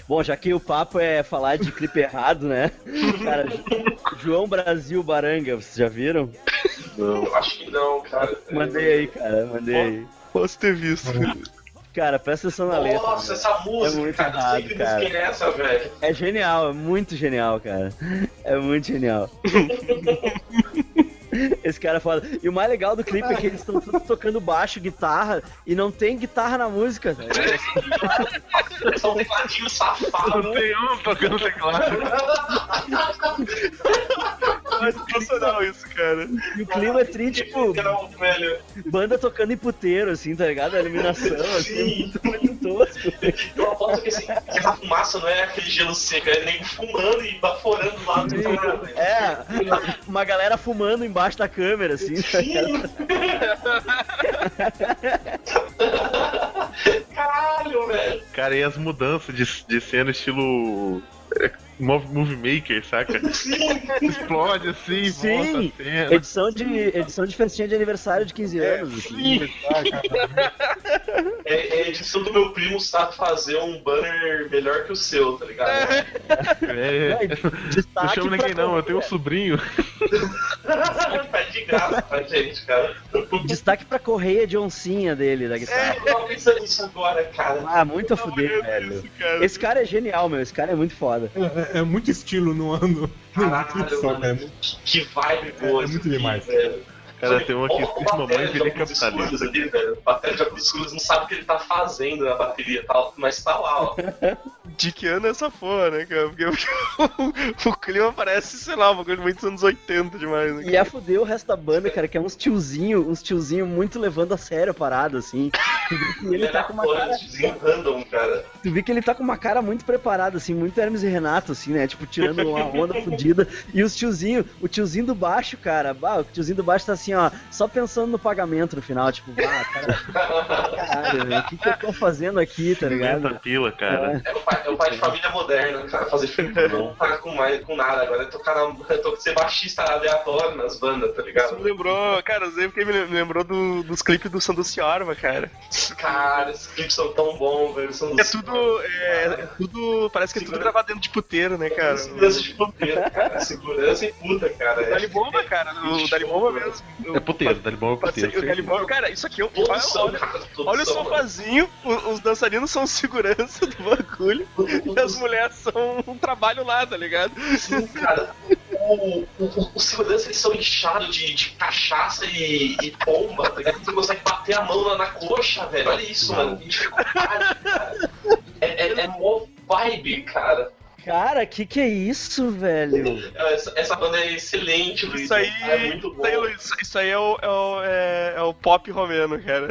Speaker 6: Bom, já que o papo é falar de clipe errado, né? Cara, João Brasil Baranga, vocês já viram?
Speaker 3: Eu acho que não, cara.
Speaker 6: Mandei aí, cara, mandei aí.
Speaker 2: Posso ter visto.
Speaker 6: Cara, presta atenção na letra.
Speaker 3: Nossa,
Speaker 6: cara.
Speaker 3: essa música,
Speaker 6: É muito
Speaker 3: cara. não sei
Speaker 6: errado,
Speaker 3: que
Speaker 6: cara.
Speaker 3: música é essa, velho?
Speaker 6: É genial, é muito genial, cara. É muito genial. Esse cara fala. E o mais legal do clipe é que eles estão todos tocando baixo, guitarra, e não tem guitarra na música, velho.
Speaker 3: São tecladinhos
Speaker 6: ah,
Speaker 3: safados.
Speaker 7: Tem um tocando teclado.
Speaker 2: É sensacional isso, cara.
Speaker 6: E o clima é tri, tipo,
Speaker 3: Não, velho.
Speaker 6: banda tocando em puteiro, assim, tá ligado? A iluminação, assim, é muito, muito tosco. assim.
Speaker 3: Eu aposto que, esse, que essa fumaça não é aquele gelo seco, é nego fumando e baforando lá né? no cara.
Speaker 6: É, uma galera fumando embaixo da câmera, assim. tá ligado?
Speaker 3: Caralho, velho.
Speaker 4: Cara, e as mudanças de, de cena estilo. é, mov- Movie Maker, saca?
Speaker 7: Explode assim,
Speaker 6: Sim.
Speaker 7: volta a cena.
Speaker 6: Edição de, edição de festinha de aniversário de 15 anos. assim.
Speaker 3: É, é a edição do meu primo sabe fazer um banner melhor que o seu, tá ligado?
Speaker 7: É,
Speaker 6: Não, e
Speaker 7: não
Speaker 6: né? destaque
Speaker 7: chamo
Speaker 6: pra
Speaker 7: ninguém não, eu tenho um sobrinho.
Speaker 3: Faz de graça pra gente, cara.
Speaker 7: é.
Speaker 6: Destaque pra correia de oncinha dele da
Speaker 5: É.
Speaker 6: guitarra.
Speaker 3: Tava pensando nisso agora, cara.
Speaker 6: Ah, muito a fuder, velho. Esse cara é genial, meu. Esse cara é muito foda.
Speaker 5: É, é- é muito estilo no ano.
Speaker 3: Caralho,
Speaker 5: só, cara.
Speaker 3: mano. Que, que vibe boa.
Speaker 5: é
Speaker 3: isso
Speaker 5: muito
Speaker 3: aqui,
Speaker 5: demais.
Speaker 3: velho.
Speaker 4: Cara, tem um aqui
Speaker 3: Olha o
Speaker 4: escrito mamãe
Speaker 3: batera de
Speaker 4: virei
Speaker 3: óculos escuros
Speaker 4: capitalista.
Speaker 3: ali, velho. O Batera de óculos escuros não sabe o que ele tá fazendo na bateria e tal, mas tá lá, ó.
Speaker 2: De que ano é essa porra, né, cara? Porque, o, o clima parece, sei lá, uma coisa muito dos anos 80 demais, né?
Speaker 6: E a fuder o resto da banda, cara, que é uns tiozinho, uns tiozinho muito levando a sério a parada, assim. Tu vê que ele tá com uma cara,
Speaker 3: random, cara.
Speaker 6: tu vê que ele tá com uma cara muito preparada, assim, muito Hermes e Renato, assim, né? Tipo, tirando uma onda fudida. E os tiozinho, o tiozinho do baixo, cara, bah, o tiozinho do baixo tá assim, ó, só pensando no pagamento no final, tipo, bah, cara, caralho, velho, o que, que eu tô fazendo aqui, tá ligado?
Speaker 4: 50 é pila, cara.
Speaker 3: É o pai, é o pai de família moderna, cara. Fazer filme não tá com, mais, com nada. Agora é tocar na, é to- ser baixista aleatório nas bandas,
Speaker 2: Isso
Speaker 3: tá
Speaker 2: me
Speaker 3: ligado?
Speaker 2: lembrou, cara, eu sei porque me lem- me lembrou do- dos clipes do Sanduci Orva, cara.
Speaker 3: Cara, esses clipes são tão bons, velho. São
Speaker 2: É tudo. É, é tudo. Parece que é tudo gravado dentro de puteiro, né, cara?
Speaker 3: Segurança de puteiro, cara. Segurança e puta, cara. É.
Speaker 2: Dali Bomba, cara. O Dali Bomba mesmo.
Speaker 4: É puteiro, dá de bom é
Speaker 2: Passei-
Speaker 4: puteiro.
Speaker 2: o Dali Bomba- Cara, isso aqui eu. Olha,
Speaker 3: Produção,
Speaker 2: olha,
Speaker 3: cara.
Speaker 2: olha o
Speaker 3: produção, mano.
Speaker 2: sofazinho, o- os dançarinos são segurança do bagulho e as mulheres são um trabalho lá, tá ligado?
Speaker 3: Sim, cara. O- o- o- Os seguranças eles são inchados de, de cachaça e, e pomba, tá ligado? Você consegue bater a mão na, na coxa, velho. Olha isso, mano. Que dificuldade, cara. É, é, é mó vibe, cara.
Speaker 6: Cara, que que é isso, velho?
Speaker 3: Essa, essa banda é excelente, Luiz.
Speaker 2: Isso aí,
Speaker 3: É muito
Speaker 2: isso
Speaker 3: bom.
Speaker 2: aí, Luiz, isso aí é, o, é, o, é- é o pop romeno, cara.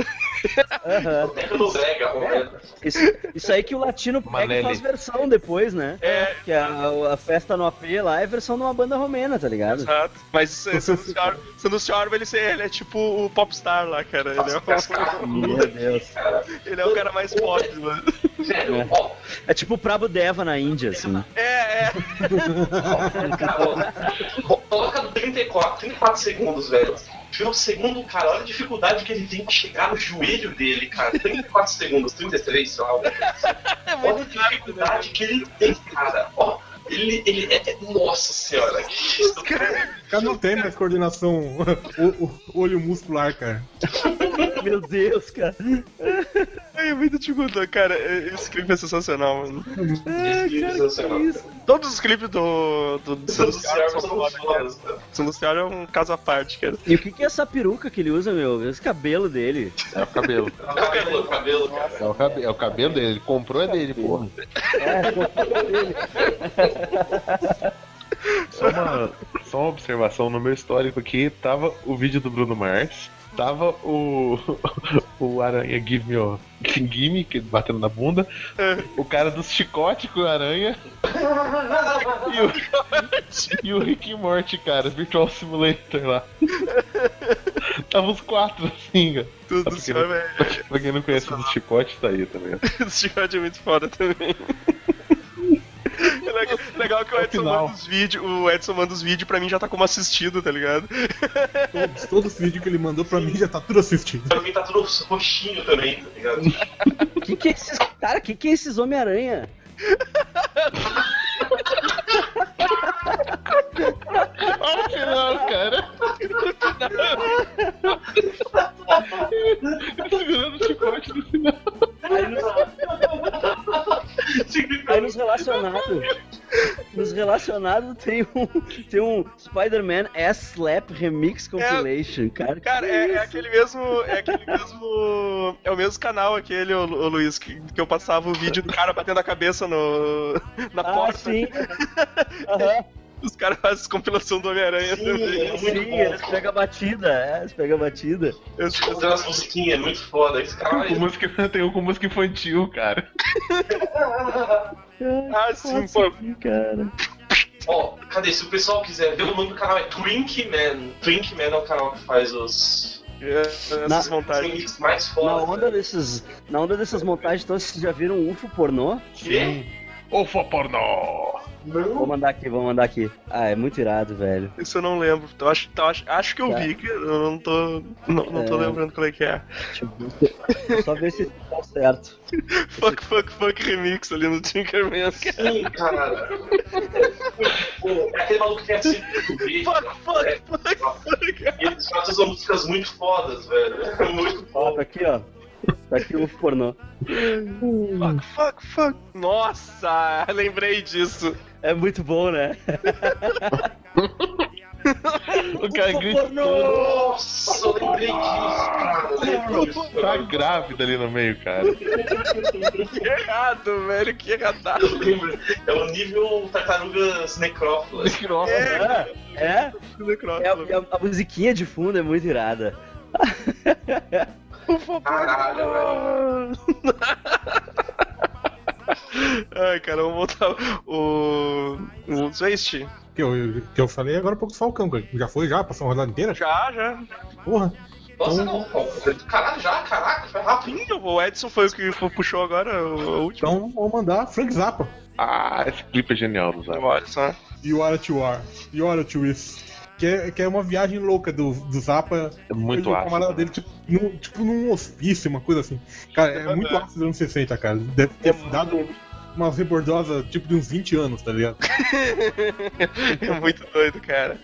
Speaker 6: Aham.
Speaker 3: Tecnobrega, Roberto.
Speaker 6: Isso, isso aí que o latino pega
Speaker 7: Manelli.
Speaker 6: e faz versão depois, né?
Speaker 2: É.
Speaker 6: Que a, a festa no AP lá é versão de uma banda romena, tá ligado?
Speaker 2: Exato. Mas sendo o senhor, ele, se- ele é tipo o popstar lá, cara. Ele é, o,
Speaker 6: Meu Deus.
Speaker 2: ele é o cara mais pop, mano.
Speaker 3: Velho, ó,
Speaker 6: É tipo o Prabo Deva na Índia, assim.
Speaker 2: É, é.
Speaker 3: cara, ó, coloca 34, 34 segundos, velho. Primeiro segundo, cara, olha a dificuldade que ele tem pra chegar no joelho dele, cara. 34 segundos, 33, sei lá. alguma coisa assim. Olha a dificuldade que ele tem, cara. Ó, ele, ele é. é- Nossa senhora, que isso, cara.
Speaker 5: O cara não tem mais coordenação o, o- olho muscular, cara.
Speaker 6: Meu Deus, cara.
Speaker 2: Ai, é muito dificuldade, cara. é- Esse clipe é sensacional, mano.
Speaker 3: Esse livro é sensacional.
Speaker 2: Todos os clipes do, do, do Sendo
Speaker 3: Todos os
Speaker 2: Senhor
Speaker 3: caras
Speaker 2: são
Speaker 3: são
Speaker 2: foda, cara.
Speaker 3: fodas, cara.
Speaker 2: Sendo Senhor é um caso à parte, cara.
Speaker 6: E o que que é essa peruca que ele usa, meu? Esse cabelo dele.
Speaker 7: É o cabelo.
Speaker 3: O cabelo, o cabelo, cara.
Speaker 7: É o, cabe- é o cabelo dele, ele comprou é dele, porra.
Speaker 4: Só uma, só uma observação, no meu histórico aqui tava o vídeo do Bruno Mars,
Speaker 7: Tava o. O aranha Give Me, ó. Give Me, que batendo na bunda. O cara dos chicote com a aranha. E o, e o Rick e Morty, cara, Virtual Simulator lá. Tava os quatro, assim, cara.
Speaker 2: Tudo
Speaker 7: Porque
Speaker 2: do
Speaker 7: não-
Speaker 2: senhor, velho.
Speaker 7: Pra quem não conhece o chicote, tá aí também.
Speaker 2: O chicote é muito foda também. Legal, legal que o
Speaker 7: É o
Speaker 2: Edson
Speaker 7: final.
Speaker 2: manda os vídeos. O Edson manda os vídeos pra mim já tá como assistido, tá ligado?
Speaker 5: Todos, todos os vídeos que ele mandou pra mim já tá tudo assistido.
Speaker 3: Pra mim tá tudo roxinho também, tá ligado?
Speaker 6: Que que é esses. Cara, que que é esses Homem-Aranha?
Speaker 7: Olha o final, cara. Ele Segurando o chicote no final.
Speaker 6: Aí nos, aí nos relacionados. Nos relacionados tem um, tem um Spider-Man Ass Slap Remix Compilation, cara.
Speaker 2: É, Cara,
Speaker 6: que
Speaker 2: é, é
Speaker 6: isso?
Speaker 2: aquele mesmo. É aquele mesmo. É o mesmo canal aquele, ô, Lu- ô Luiz, que, que eu passava o vídeo do cara batendo a cabeça no. na
Speaker 6: Ah,
Speaker 2: porta.
Speaker 6: sim. Aham,
Speaker 2: Os caras fazem compilação do Homem-Aranha também.
Speaker 3: é
Speaker 6: sim, sim, eles pegam a batida, é, eles pegam a batida.
Speaker 2: Eles-
Speaker 3: Fazer umas musiquinhas, é muito foda. Esse cara
Speaker 7: Com música, tem um com música infantil, cara.
Speaker 2: Ah, sim, pô.
Speaker 6: assim? cara.
Speaker 3: Ó, cadê? Se o pessoal quiser ver, o nome do canal é Twink Man. Twink Man é o canal que faz os.
Speaker 2: é, Essas
Speaker 6: Na-
Speaker 4: Tá
Speaker 3: os
Speaker 2: montagens.
Speaker 3: remixes mais
Speaker 6: Na
Speaker 3: foda.
Speaker 6: onda desses, na onda dessas montagens, então vocês já viram um UFO pornô?
Speaker 3: Quê?
Speaker 7: Ou for pornô!
Speaker 6: Vou
Speaker 3: Não.
Speaker 6: mandar aqui, vou mandar aqui. Ah, é muito irado, velho.
Speaker 2: Isso eu não lembro. Eu acho, eu acho, acho que eu
Speaker 6: Tá.
Speaker 2: vi, que eu não tô. Não, não tô
Speaker 6: É.
Speaker 2: lembrando qual é que é.
Speaker 6: Deixa eu ver. Só ver se tá certo.
Speaker 2: Fuck, fuck, fuck remix ali no Tinkerman.
Speaker 3: Sim, cara. Pô, é aquele maluco que tem assim, YouTube,
Speaker 2: Fuck, fuck, fuck, fuck.
Speaker 3: e eles fazem umas músicas muito fodas, velho. É muito
Speaker 6: Ó,
Speaker 3: foda.
Speaker 6: tá aqui, ó. Tá aqui o UFO pornô.
Speaker 2: Fuck, fuck, fuck. Nossa, lembrei disso.
Speaker 6: É muito bom, né?
Speaker 7: O cara gritando.
Speaker 3: Nossa, eu lembrei disso, cara. Eu lembrei disso.
Speaker 7: Tá grávida ali no meio, cara.
Speaker 2: Que errado, velho, que errado.
Speaker 3: Eu lembro. É o nível tartarugas necrófilas.
Speaker 7: Nossa,
Speaker 6: É? É, a,
Speaker 2: Necrófilo.
Speaker 6: a- a musiquinha de fundo é muito irada.
Speaker 3: Caralho, velho.
Speaker 2: Ai, cara, vamos voltar. O. O Zwist.
Speaker 5: Que eu, que eu falei agora há pouco do Falcão, cara. Já foi, já? Passou uma rodada inteira?
Speaker 2: Já, já.
Speaker 5: Porra.
Speaker 3: Nossa, não, pô. Caralho, já, caraca, foi rápido.
Speaker 2: Ih, O Edson foi o que fu- puxou agora, o o último.
Speaker 5: Então vou mandar Frank Zappa.
Speaker 7: Ah, esse clipe é genial, Zé.
Speaker 2: Olha só.
Speaker 5: You are to war. You are to is. Que é, que é uma viagem louca do, do Zappa.
Speaker 7: É muito
Speaker 5: Ele e o camarada
Speaker 7: ácido.
Speaker 5: dele, tipo, num, tipo num hospício, uma coisa assim. Cara, é muito ácido dos anos 60, cara. Deve ter
Speaker 3: É
Speaker 5: dado uma rebordosa, tipo, de uns 20 anos, tá ligado?
Speaker 2: É muito doido, cara.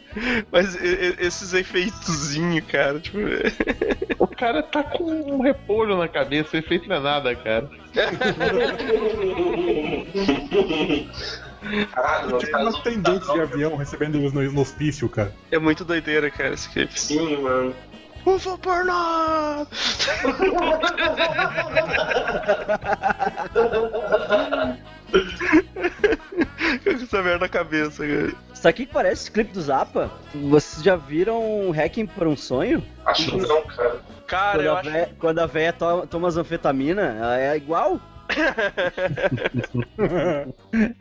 Speaker 2: Mas e- e- esses efeitozinho, cara, tipo.
Speaker 7: O cara tá com um repolho na cabeça, efeito não é nada, cara.
Speaker 3: Caralho, um os
Speaker 5: Tem
Speaker 3: caras
Speaker 5: umas
Speaker 3: não-
Speaker 5: tendências de avião recebendo luz no, no hospício, cara.
Speaker 2: É muito doideira, cara, esse clipe.
Speaker 3: Sim, mano.
Speaker 2: Ufa pornô! Eu com essa merda na cabeça, cara.
Speaker 6: Isso aqui que parece esse clipe do Zappa. Vocês já viram Hacking por um Sonho?
Speaker 3: Acho que não, cara.
Speaker 2: Cara,
Speaker 6: quando,
Speaker 2: eu
Speaker 6: a
Speaker 2: acho.
Speaker 6: véia, quando a véia to- toma as anfetamina, ela é igual.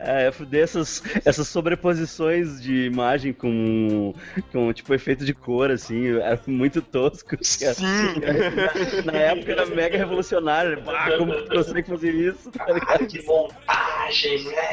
Speaker 6: É, eu fudei essas, essas sobreposições de imagem com, com tipo efeito de cor, assim, era muito tosco. cara.
Speaker 2: Sim!
Speaker 6: Na época era mega revolucionário. né? Bah, como que tu consegue fazer isso? Tá ligado?
Speaker 3: Caralho, que montagem, né?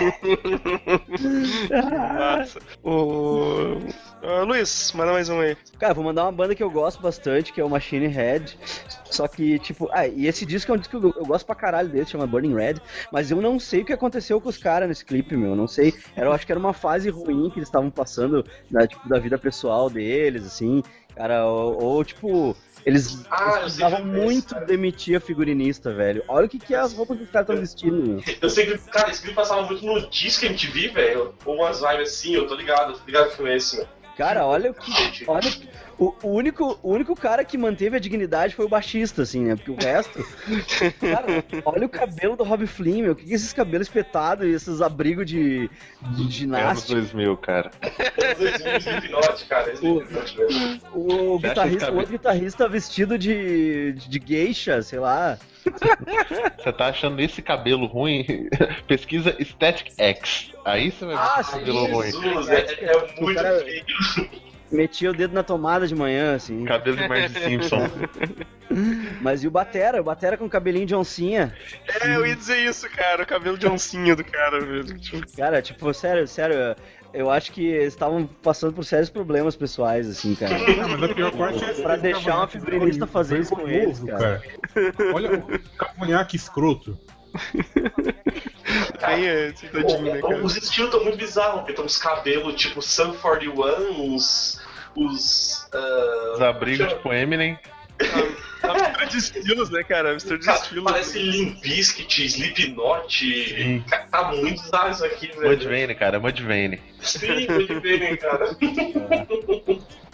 Speaker 2: Massa. O. Ah, Luiz, manda mais um aí.
Speaker 6: Cara, vou mandar uma banda que eu gosto bastante, que é o Machine Head. Só que, tipo, ah, e esse disco é um disco que eu, eu gosto pra caralho dele, chama Burning Red. Mas eu não sei o que aconteceu com os caras nesse clipe, meu. Não sei. Era, eu acho que era uma fase ruim que eles estavam passando da, tipo, da vida pessoal deles, assim. Cara, ou, ou, tipo. Eles
Speaker 3: Ah, eu sei
Speaker 6: precisavam
Speaker 3: que eu
Speaker 6: muito
Speaker 3: conheço,
Speaker 6: demitir a figurinista, velho. Olha o que, que é as roupas que os caras estão vestindo, meu.
Speaker 3: Eu sei que, cara, esse clipe passava muito no Disco MTV, velho. Ou umas vibes assim, eu tô ligado, tô ligado que foi esse, meu.
Speaker 6: Cara, olha o que. Olha, O, o único, o único cara que manteve a dignidade foi o baixista, assim, né? Porque o resto. cara, olha o cabelo do Rob Flynn, meu. O que, que é esses cabelos espetados e esses abrigos de, de
Speaker 7: É Anos
Speaker 6: ginástica?
Speaker 7: 2000, cara.
Speaker 3: Slipknot, é cara. é Slipknot mesmo.
Speaker 6: O,
Speaker 7: Você acha esse
Speaker 6: guitarrista, o
Speaker 7: cabelo-
Speaker 6: outro guitarrista vestido de, de geisha, sei lá.
Speaker 7: Você tá achando esse cabelo ruim? Pesquisa Static X. Aí você vai ver
Speaker 6: Ah,
Speaker 7: esse cabelo
Speaker 6: sim,
Speaker 7: ruim.
Speaker 3: Jesus, é, é muito
Speaker 6: cara-
Speaker 3: feio.
Speaker 6: Metia o dedo na tomada de manhã, assim.
Speaker 7: Cabelo de Marge Simpson.
Speaker 6: Mas e o Batera? O Batera com cabelinho de oncinha.
Speaker 2: É, eu ia dizer isso, cara. O cabelo de oncinha do cara, velho. Tipo,
Speaker 6: Cara, tipo, sério, sério. Eu acho que eles estavam passando por sérios problemas pessoais, assim, cara.
Speaker 5: Ah, mas a pior parte é
Speaker 6: Pra deixar uma fibrinista fazer isso com eles, cara.
Speaker 5: Olha o cavanhaque escroto.
Speaker 2: bem é, sentadinho, né, cara?
Speaker 3: Os estilos estão muito bizarros, porque tem uns cabelos tipo Sun 41, uns. Os. ah,
Speaker 7: Os abrigos tipo Eminem.
Speaker 2: Tá mistura de estilos, né, cara? Mistura de
Speaker 3: cara,
Speaker 2: estilos. né,
Speaker 3: parece Limbiskit, Slipknot. Cara, Tá muito bizarro isso aqui, velho.
Speaker 7: Mudvayne, cara. Mudvayne.
Speaker 3: Sim, muito bem, né, cara.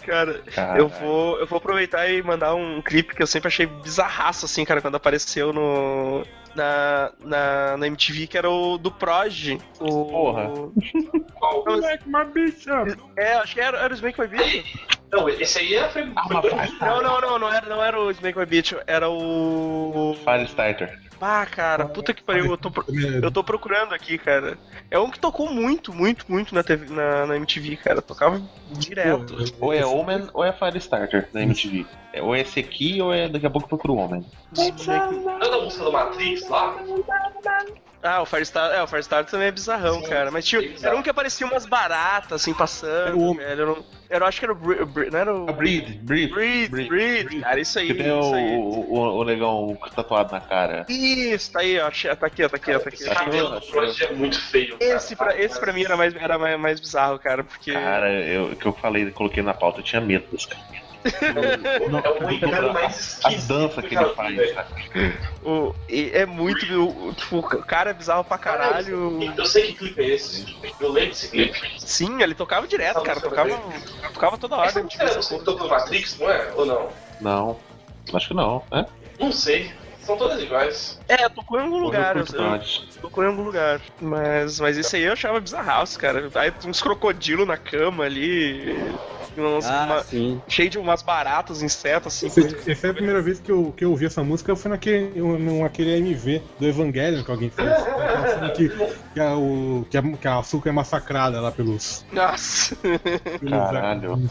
Speaker 2: Cara,
Speaker 7: Cara.
Speaker 2: eu vou, eu vou aproveitar e mandar um clipe que eu sempre achei bizarraço, assim, cara, quando apareceu no. Na, na, na MTV, que era o do Proj. O,
Speaker 7: Porra.
Speaker 3: Qual?
Speaker 2: É, acho que era, era o Snake My Beat.
Speaker 3: Não, esse aí é. Foi, foi
Speaker 7: Ah,
Speaker 2: Não, não, não, não era, não era o Snake My Beat, era o.
Speaker 7: Fire Starter.
Speaker 2: Ah, cara, puta que pariu, eu tô, pro-
Speaker 5: Também é-
Speaker 2: eu tô procurando aqui, cara. É um que tocou muito, muito, muito na, TV, na, na MTV, cara. Tocava direto.
Speaker 7: Ou é Omen ou é Fire Starter na MTV. É, Ou é esse aqui ou é daqui a pouco eu procuro o Omen.
Speaker 3: Não é da música do Matrix lá?
Speaker 2: Ah, o Firestar, é, o Firestar também é bizarrão,
Speaker 3: Sim,
Speaker 2: cara. Mas,
Speaker 3: bem
Speaker 2: tipo,
Speaker 3: bizarro.
Speaker 2: era um que aparecia umas baratas, assim,
Speaker 5: Era
Speaker 2: passando,
Speaker 5: o homem.
Speaker 2: velho. Eu, não- eu não acho que era o Bre- Bre- Não era o...
Speaker 7: Ah, Breed, Breed.
Speaker 2: Breed,
Speaker 7: Breed.
Speaker 2: Breed, cara, isso aí,
Speaker 7: Que tem
Speaker 2: isso
Speaker 7: o,
Speaker 2: aí.
Speaker 7: o, o, o negão tatuado na cara.
Speaker 2: Isso, tá aí, ó, achei- tá aqui, ó, tá aqui, ó, tá aqui.
Speaker 3: Esse cabelo do Freud é muito feio. cara.
Speaker 2: Esse pra, esse pra mim era mais, era mais, mais bizarro, cara, porque...
Speaker 7: Cara, eu, que eu falei, coloquei na pauta, eu tinha medo desse cara.
Speaker 3: É o Moicano mais
Speaker 7: A
Speaker 3: esquisito.
Speaker 7: dança que ele faz, cara.
Speaker 2: o- e é muito... o- Tipo, o cara é bizarro pra caralho.
Speaker 3: Eu sei que clipe é esse. Eu lembro desse clipe.
Speaker 2: Sim, ele tocava direto, cara, tocava, tocava toda hora.
Speaker 3: Essa música é era a música que tocou no Matrix, não é? Ou não?
Speaker 7: Não, acho que não, né?
Speaker 3: Não sei. São todas iguais.
Speaker 2: É, tocou em algum lugar, eu,
Speaker 7: Hoje eu curto Prodigy.
Speaker 2: Tocou em algum lugar. Mas, mas isso aí eu achava bizarraço, cara. Aí tem uns crocodilos na cama ali. umas-
Speaker 6: Ah,
Speaker 2: uma-
Speaker 6: sim.
Speaker 2: cheio de umas baratas, insetos, assim.
Speaker 5: Essa, essa é a primeira vez que eu, que eu ouvi essa música, foi naquele, um- num- aquele MV do Evangelion que alguém fez. Uma cena que, que, a, o, que, a, que a Asuka é massacrada lá pelos.
Speaker 2: Nossa.
Speaker 5: pelos
Speaker 7: Caralho.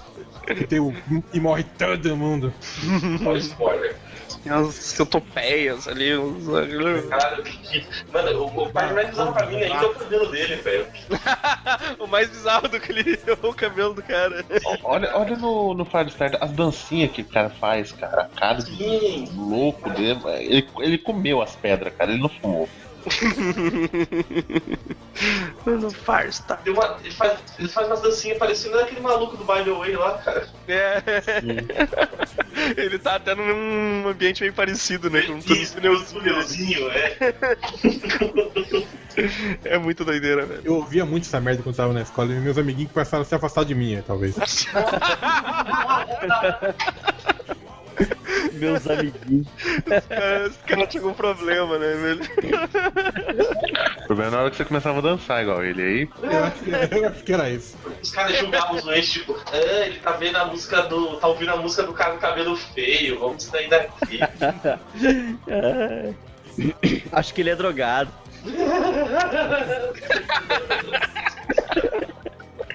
Speaker 5: que tem o, e morre todo mundo.
Speaker 2: Uhum.
Speaker 3: Olha o spoiler.
Speaker 2: Tinha umas centopeias ali. Uns...
Speaker 3: Caralho, que. que- Mano, o, o pai mais bizarro pra mim ainda é o cabelo dele, velho.
Speaker 2: o mais bizarro do que ele o cabelo do cara.
Speaker 7: Olha, olha no, no Firestarter as dancinhas que o cara faz, cara. A cara de
Speaker 3: Sim.
Speaker 7: louco dele. Ele, ele comeu as pedras, cara. Ele não fumou.
Speaker 2: Mano, farsta.
Speaker 3: Tem uma- ele, faz, ele faz umas dancinhas parecendo aquele maluco do By the Way lá, cara.
Speaker 2: É. ele tá até num ambiente meio parecido, né? Com tudo
Speaker 3: Isso, meu pneuzinho, é.
Speaker 2: É muito doideira, velho.
Speaker 5: Eu ouvia muito essa merda quando eu tava na escola e meus amiguinhos começaram a se afastar de mim, talvez.
Speaker 6: Meus amiguinhos.
Speaker 2: Cara, É, Esse cara tinha algum problema, né, velho?
Speaker 7: O
Speaker 4: é
Speaker 7: problema era na hora que você começava a dançar igual ele aí.
Speaker 5: Eu acho que, eu acho que era isso.
Speaker 3: Os caras julgavam os dois, tipo, ah, ele tá vendo a música do. tá ouvindo a música do cara com cabelo feio, vamos sair daqui.
Speaker 6: Acho que ele é drogado.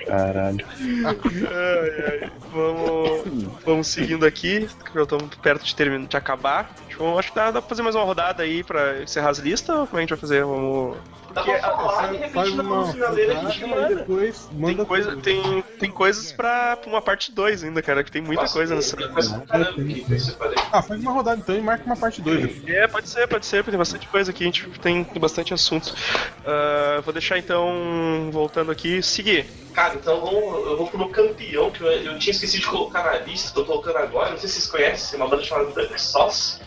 Speaker 7: Caralho.
Speaker 2: Ai, ai. Vamos, vamos seguindo aqui, que já estamos perto de, terminar, de acabar. Tipo, acho que dá, dá pra fazer mais uma rodada aí pra encerrar as listas, ou como é que a gente vai fazer? Vamos...
Speaker 3: Dá pra falar, de
Speaker 5: ah, Faz
Speaker 3: repente na
Speaker 5: uma né?
Speaker 3: música dele a gente
Speaker 5: e
Speaker 3: manda.
Speaker 5: depois manda.
Speaker 2: Tem, coisa,
Speaker 5: tudo.
Speaker 2: tem, tem coisas pra, pra uma parte 2 ainda, cara, que tem muita
Speaker 3: Nossa,
Speaker 2: coisa nessa.
Speaker 3: tem coisa pra caramba aqui, pra isso eu falei.
Speaker 5: Ah, faz uma rodada então e marca uma parte 2.
Speaker 2: É, pode ser, pode ser, porque tem bastante coisa aqui, a gente tem bastante assunto. Ah, vou deixar então, voltando aqui, seguir.
Speaker 3: Cara, então vamos- eu vou pro meu campeão, que eu, eu tinha esquecido de colocar na lista, tô colocando agora, não sei se vocês conhecem, uma banda chamada Duck Sauce.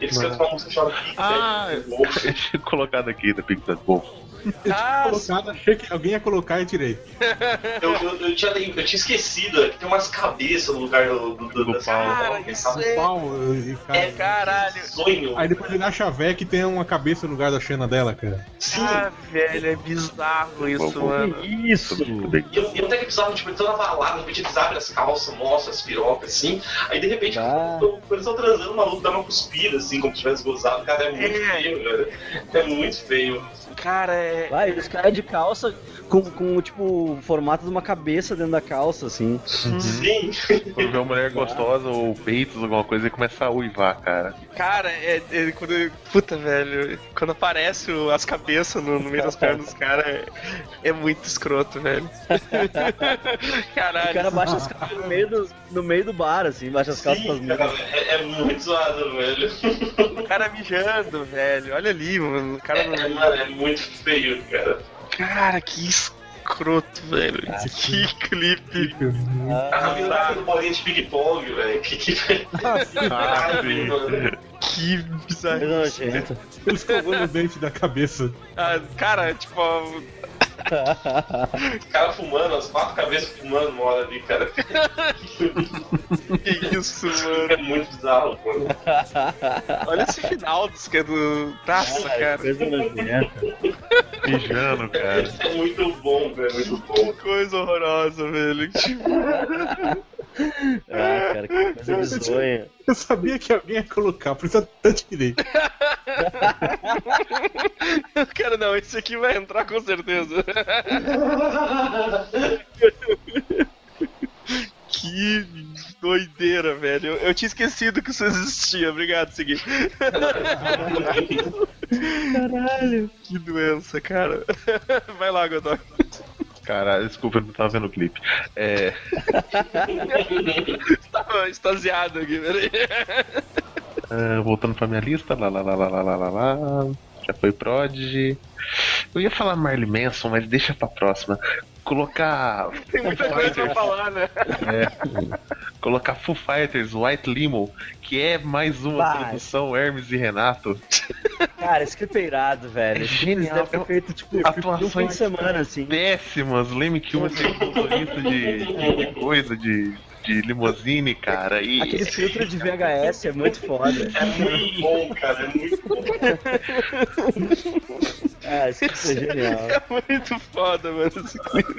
Speaker 3: Eles cantam uma música chamada é Big
Speaker 7: Ah,
Speaker 3: Bad Wolf.
Speaker 7: Eu tinha colocado aqui da Pixar Wolf.
Speaker 2: Ah,
Speaker 5: Colocado, achei que alguém ia colocar e tirei.
Speaker 3: Eu, eu, eu tinha, eu tinha esquecido é que tem umas cabeças no lugar do, do, do,
Speaker 4: Do
Speaker 3: das
Speaker 4: pau.
Speaker 3: caras,
Speaker 2: Cara,
Speaker 3: sabe?
Speaker 2: isso
Speaker 5: Pau, eh, e, cara,
Speaker 3: É,
Speaker 2: caralho.
Speaker 3: Sonho.
Speaker 5: Aí depois ele acha a véia que tem uma cabeça no lugar da Xena dela, cara.
Speaker 3: Sim.
Speaker 2: Ah, velho, é bizarro isso, mano.
Speaker 6: Isso!
Speaker 3: E eu, e eu até que precisava, tipo, entrando na balada, de repente eles abrem as calças, mostram as pirocas, assim. Aí de repente,
Speaker 6: Ah.
Speaker 3: quando eles estão transando, o maluco dá uma cuspida, assim, como se tivesse gozado. Cara, é muito
Speaker 2: É.
Speaker 3: feio, velho. É muito feio.
Speaker 2: Cara, é.
Speaker 6: Vai, os caras de calça com, com, tipo, o formato de uma cabeça dentro da calça, assim.
Speaker 3: Sim.
Speaker 4: Quando vê uma mulher gostosa ou peitos, alguma coisa, e começa a uivar, cara.
Speaker 2: Cara, é. é quando, puta, velho. Quando aparece o- as cabeças no, no meio das pernas dos caras, é, é muito escroto, velho.
Speaker 6: O
Speaker 2: Caralho.
Speaker 6: cara baixa as calças no meio do, no meio do bar, assim, baixa as calças pras
Speaker 3: Sim, cara,
Speaker 6: meninas.
Speaker 3: é, é muito zoado, velho.
Speaker 2: O cara mijando, velho. Olha ali, mano. O cara
Speaker 3: É, é,
Speaker 2: não.
Speaker 3: mano, é muito feio, cara.
Speaker 2: Cara, que escroto, velho. Que clipe.
Speaker 5: Tipo,
Speaker 6: Ah.
Speaker 3: A menina do bolinha de ping-pong, velho. Que que
Speaker 4: Ah,
Speaker 3: caralho, mano.
Speaker 2: Que bizarro.
Speaker 6: Coisa nojenta.
Speaker 5: Ele escovando o dente da cabeça.
Speaker 2: Ah, cara, tipo,
Speaker 3: O cara fumando, as quatro cabeças fumando uma hora ali, cara.
Speaker 2: que isso, mano.
Speaker 3: É muito bizarro, É mano.
Speaker 2: Olha esse final dos que é do. Nossa, cara.
Speaker 6: Coisa nojenta.
Speaker 4: Mijando, cara.
Speaker 3: É muito bom, velho. Muito bom.
Speaker 2: Que coisa horrorosa, velho. Tipo,
Speaker 6: Ah, cara, que coisa bizonha.
Speaker 5: Eu sabia que alguém ia colocar, por isso eu até tirei.
Speaker 2: cara, não, esse aqui vai entrar com certeza. Que doideira, velho. Eu, eu tinha esquecido que isso existia. Obrigado, seguinte. Caralho. Que doença, cara. Vai lá, Godot.
Speaker 4: Cara, desculpa, eu não tava vendo o clipe. É,
Speaker 2: Tava extasiado aqui, peraí.
Speaker 4: ah, voltando pra minha lista, lá, lá, lá, lá, lá, lá, lá, lá. Já foi Prodigy. Eu ia falar Marley Manson, mas deixa pra próxima. Colocar.
Speaker 2: Tem muita coisa pra tá falar, né?
Speaker 4: Colocar Foo Fighters, White Limo, que é mais uma
Speaker 6: Vai.
Speaker 4: produção Hermes e Renato.
Speaker 6: Cara, esse clipe é irado, velho. Esse clipe
Speaker 4: Genial.
Speaker 6: deve ter feito, tipo, um fim de
Speaker 4: Atuações
Speaker 6: semana, assim.
Speaker 4: péssimas, Leme que uma tem um motorista de, de, de coisa, de, de limousine, cara. E
Speaker 6: Aquele filtro de VHS é muito foda.
Speaker 3: É muito bom, cara. É muito bom.
Speaker 6: Ah, esse clipe é genial.
Speaker 2: É muito foda, mano. Esse clipe.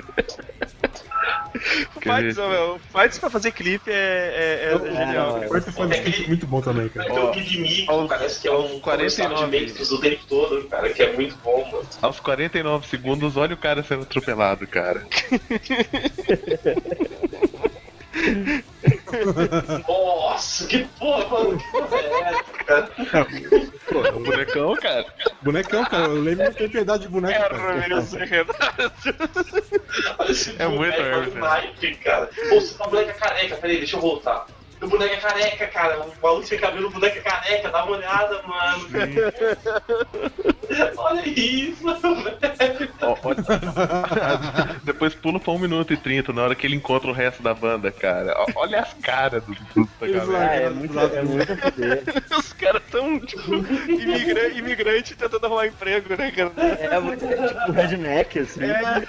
Speaker 2: O
Speaker 4: Que
Speaker 2: Fights,
Speaker 4: isso.
Speaker 2: meu, o Fights pra fazer clipe é, é- é genial.
Speaker 6: é.
Speaker 2: cara.
Speaker 5: Quarto foi um muito bom também, cara.
Speaker 2: É.
Speaker 3: Tem um o Big Mico, parece que é um
Speaker 4: 49.
Speaker 3: de Matrix o tempo todo, cara, que é muito bom, mano.
Speaker 4: aos 49 segundos, olha o cara sendo atropelado, cara.
Speaker 3: Nossa, que porra, mano. que porra é essa, cara?
Speaker 4: Pô, é um bonecão, cara.
Speaker 5: Bonecão, cara, eu lembro que eu tenho piedade de boneco,
Speaker 2: Erra,
Speaker 5: cara.
Speaker 2: meu, esse Renato.
Speaker 3: Parece
Speaker 4: É muito
Speaker 3: boneco
Speaker 4: Hermes,
Speaker 3: do
Speaker 4: né?
Speaker 3: naipe, cara. Ou se tá boneca careca, peraí, deixa eu voltar. O boneca careca, cara. O maluco sem cabelo, um boneca careca, dá uma olhada, mano. Olha isso, velho.
Speaker 4: Ó, ó- Depois pula pra 1 minuto e 30 na hora que ele encontra o resto da banda, cara. Ó, olha as caras do, do, da galera.
Speaker 6: Ah, é muito, é muito a fuder.
Speaker 2: Os caras tão, tipo, imigra- imigrante tentando arrumar emprego, né, cara?
Speaker 6: É muito é tipo redneck, assim.
Speaker 2: É,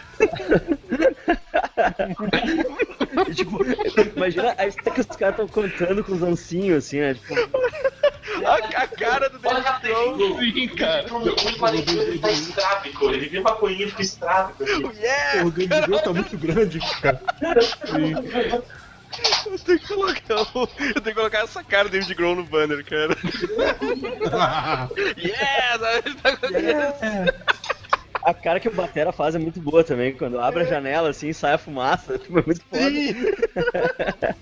Speaker 6: E, tipo, imagina a história que os caras estão contando com os ancinhos, assim, né? Tipo,
Speaker 2: A, a cara do
Speaker 3: Olha
Speaker 2: David
Speaker 3: a
Speaker 2: Jones.
Speaker 3: Ele
Speaker 4: Sim, cara.
Speaker 3: Ele parece que ele tá estrábico. Ele vive maconhinha e fica estrábico. assim.
Speaker 2: Yeah!
Speaker 5: Porra, O dedo de tá muito grande, cara.
Speaker 2: Eu tenho que colocar, o- eu tenho que colocar essa cara do David Grohl no banner, cara. Yeah!
Speaker 6: a cara que o Batera faz é muito boa também, quando abre a janela, assim, sai a fumaça. Tipo, é muito foda.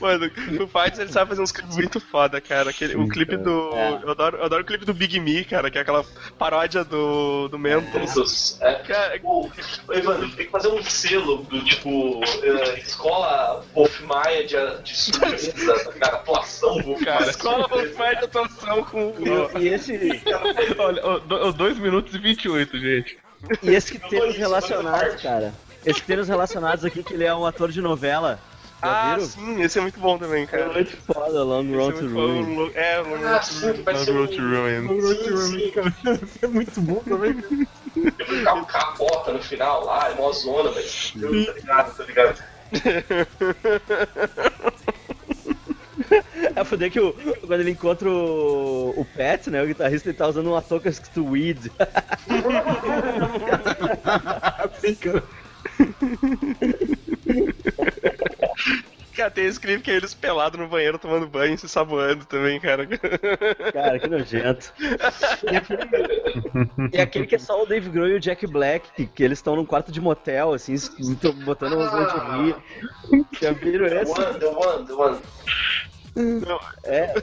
Speaker 2: Mano, o Fights ele sabe fazer uns clipes muito foda, cara. Aquele, o clipe do.
Speaker 6: É.
Speaker 2: Eu, adoro, eu adoro o clipe do Big Me, cara, que é aquela paródia do, do Mentos.
Speaker 3: Jesus, é,
Speaker 2: Cara,
Speaker 3: Pô, Evandro, tem que fazer um selo do tipo eh, escola Wolf Maia de, de surpresa, cara, atuação Wolf
Speaker 2: a
Speaker 3: Maia.
Speaker 2: escola faz atuação com.
Speaker 6: E, e esse,
Speaker 4: Olha, ó, do- ó, 2 minutos e 28, gente.
Speaker 6: e esse que tem os relacionados, cara. Esse que tem os relacionados aqui, que ele é um ator de novela. Já
Speaker 2: ah,
Speaker 6: viram?
Speaker 2: sim, esse é muito bom também,
Speaker 6: É
Speaker 2: cara.
Speaker 6: muito foda, Long
Speaker 2: Esse é
Speaker 6: Road to
Speaker 2: muito bom,
Speaker 6: Ruin.
Speaker 2: Lo- É, Long
Speaker 3: Ah, sim, que vai ser um...
Speaker 2: Road to Ruin.
Speaker 5: Long Road to Ruin,
Speaker 3: Sim, sim.
Speaker 5: cara. É muito bom também. cara.
Speaker 3: Ele fica com a um capota no final lá, é mó zona, velho. Tá ligado, tá ligado?
Speaker 6: É foder que o, quando ele encontra o, o Pat, né? O guitarrista, ele tá usando uma touca escrito Weed.
Speaker 5: Assim, cara.
Speaker 2: Cara, tem esse clipe que é eles pelados no banheiro tomando banho e se saboando também, cara.
Speaker 6: Cara, que nojento. E aquele, e aquele que é só o Dave Grohl e o Jack Black, que, que eles estão num quarto de motel, assim, s- to- botando umas
Speaker 3: Ah.
Speaker 6: lingerie. Já viram
Speaker 3: The
Speaker 6: esse?
Speaker 3: one, the one, the one.
Speaker 6: É,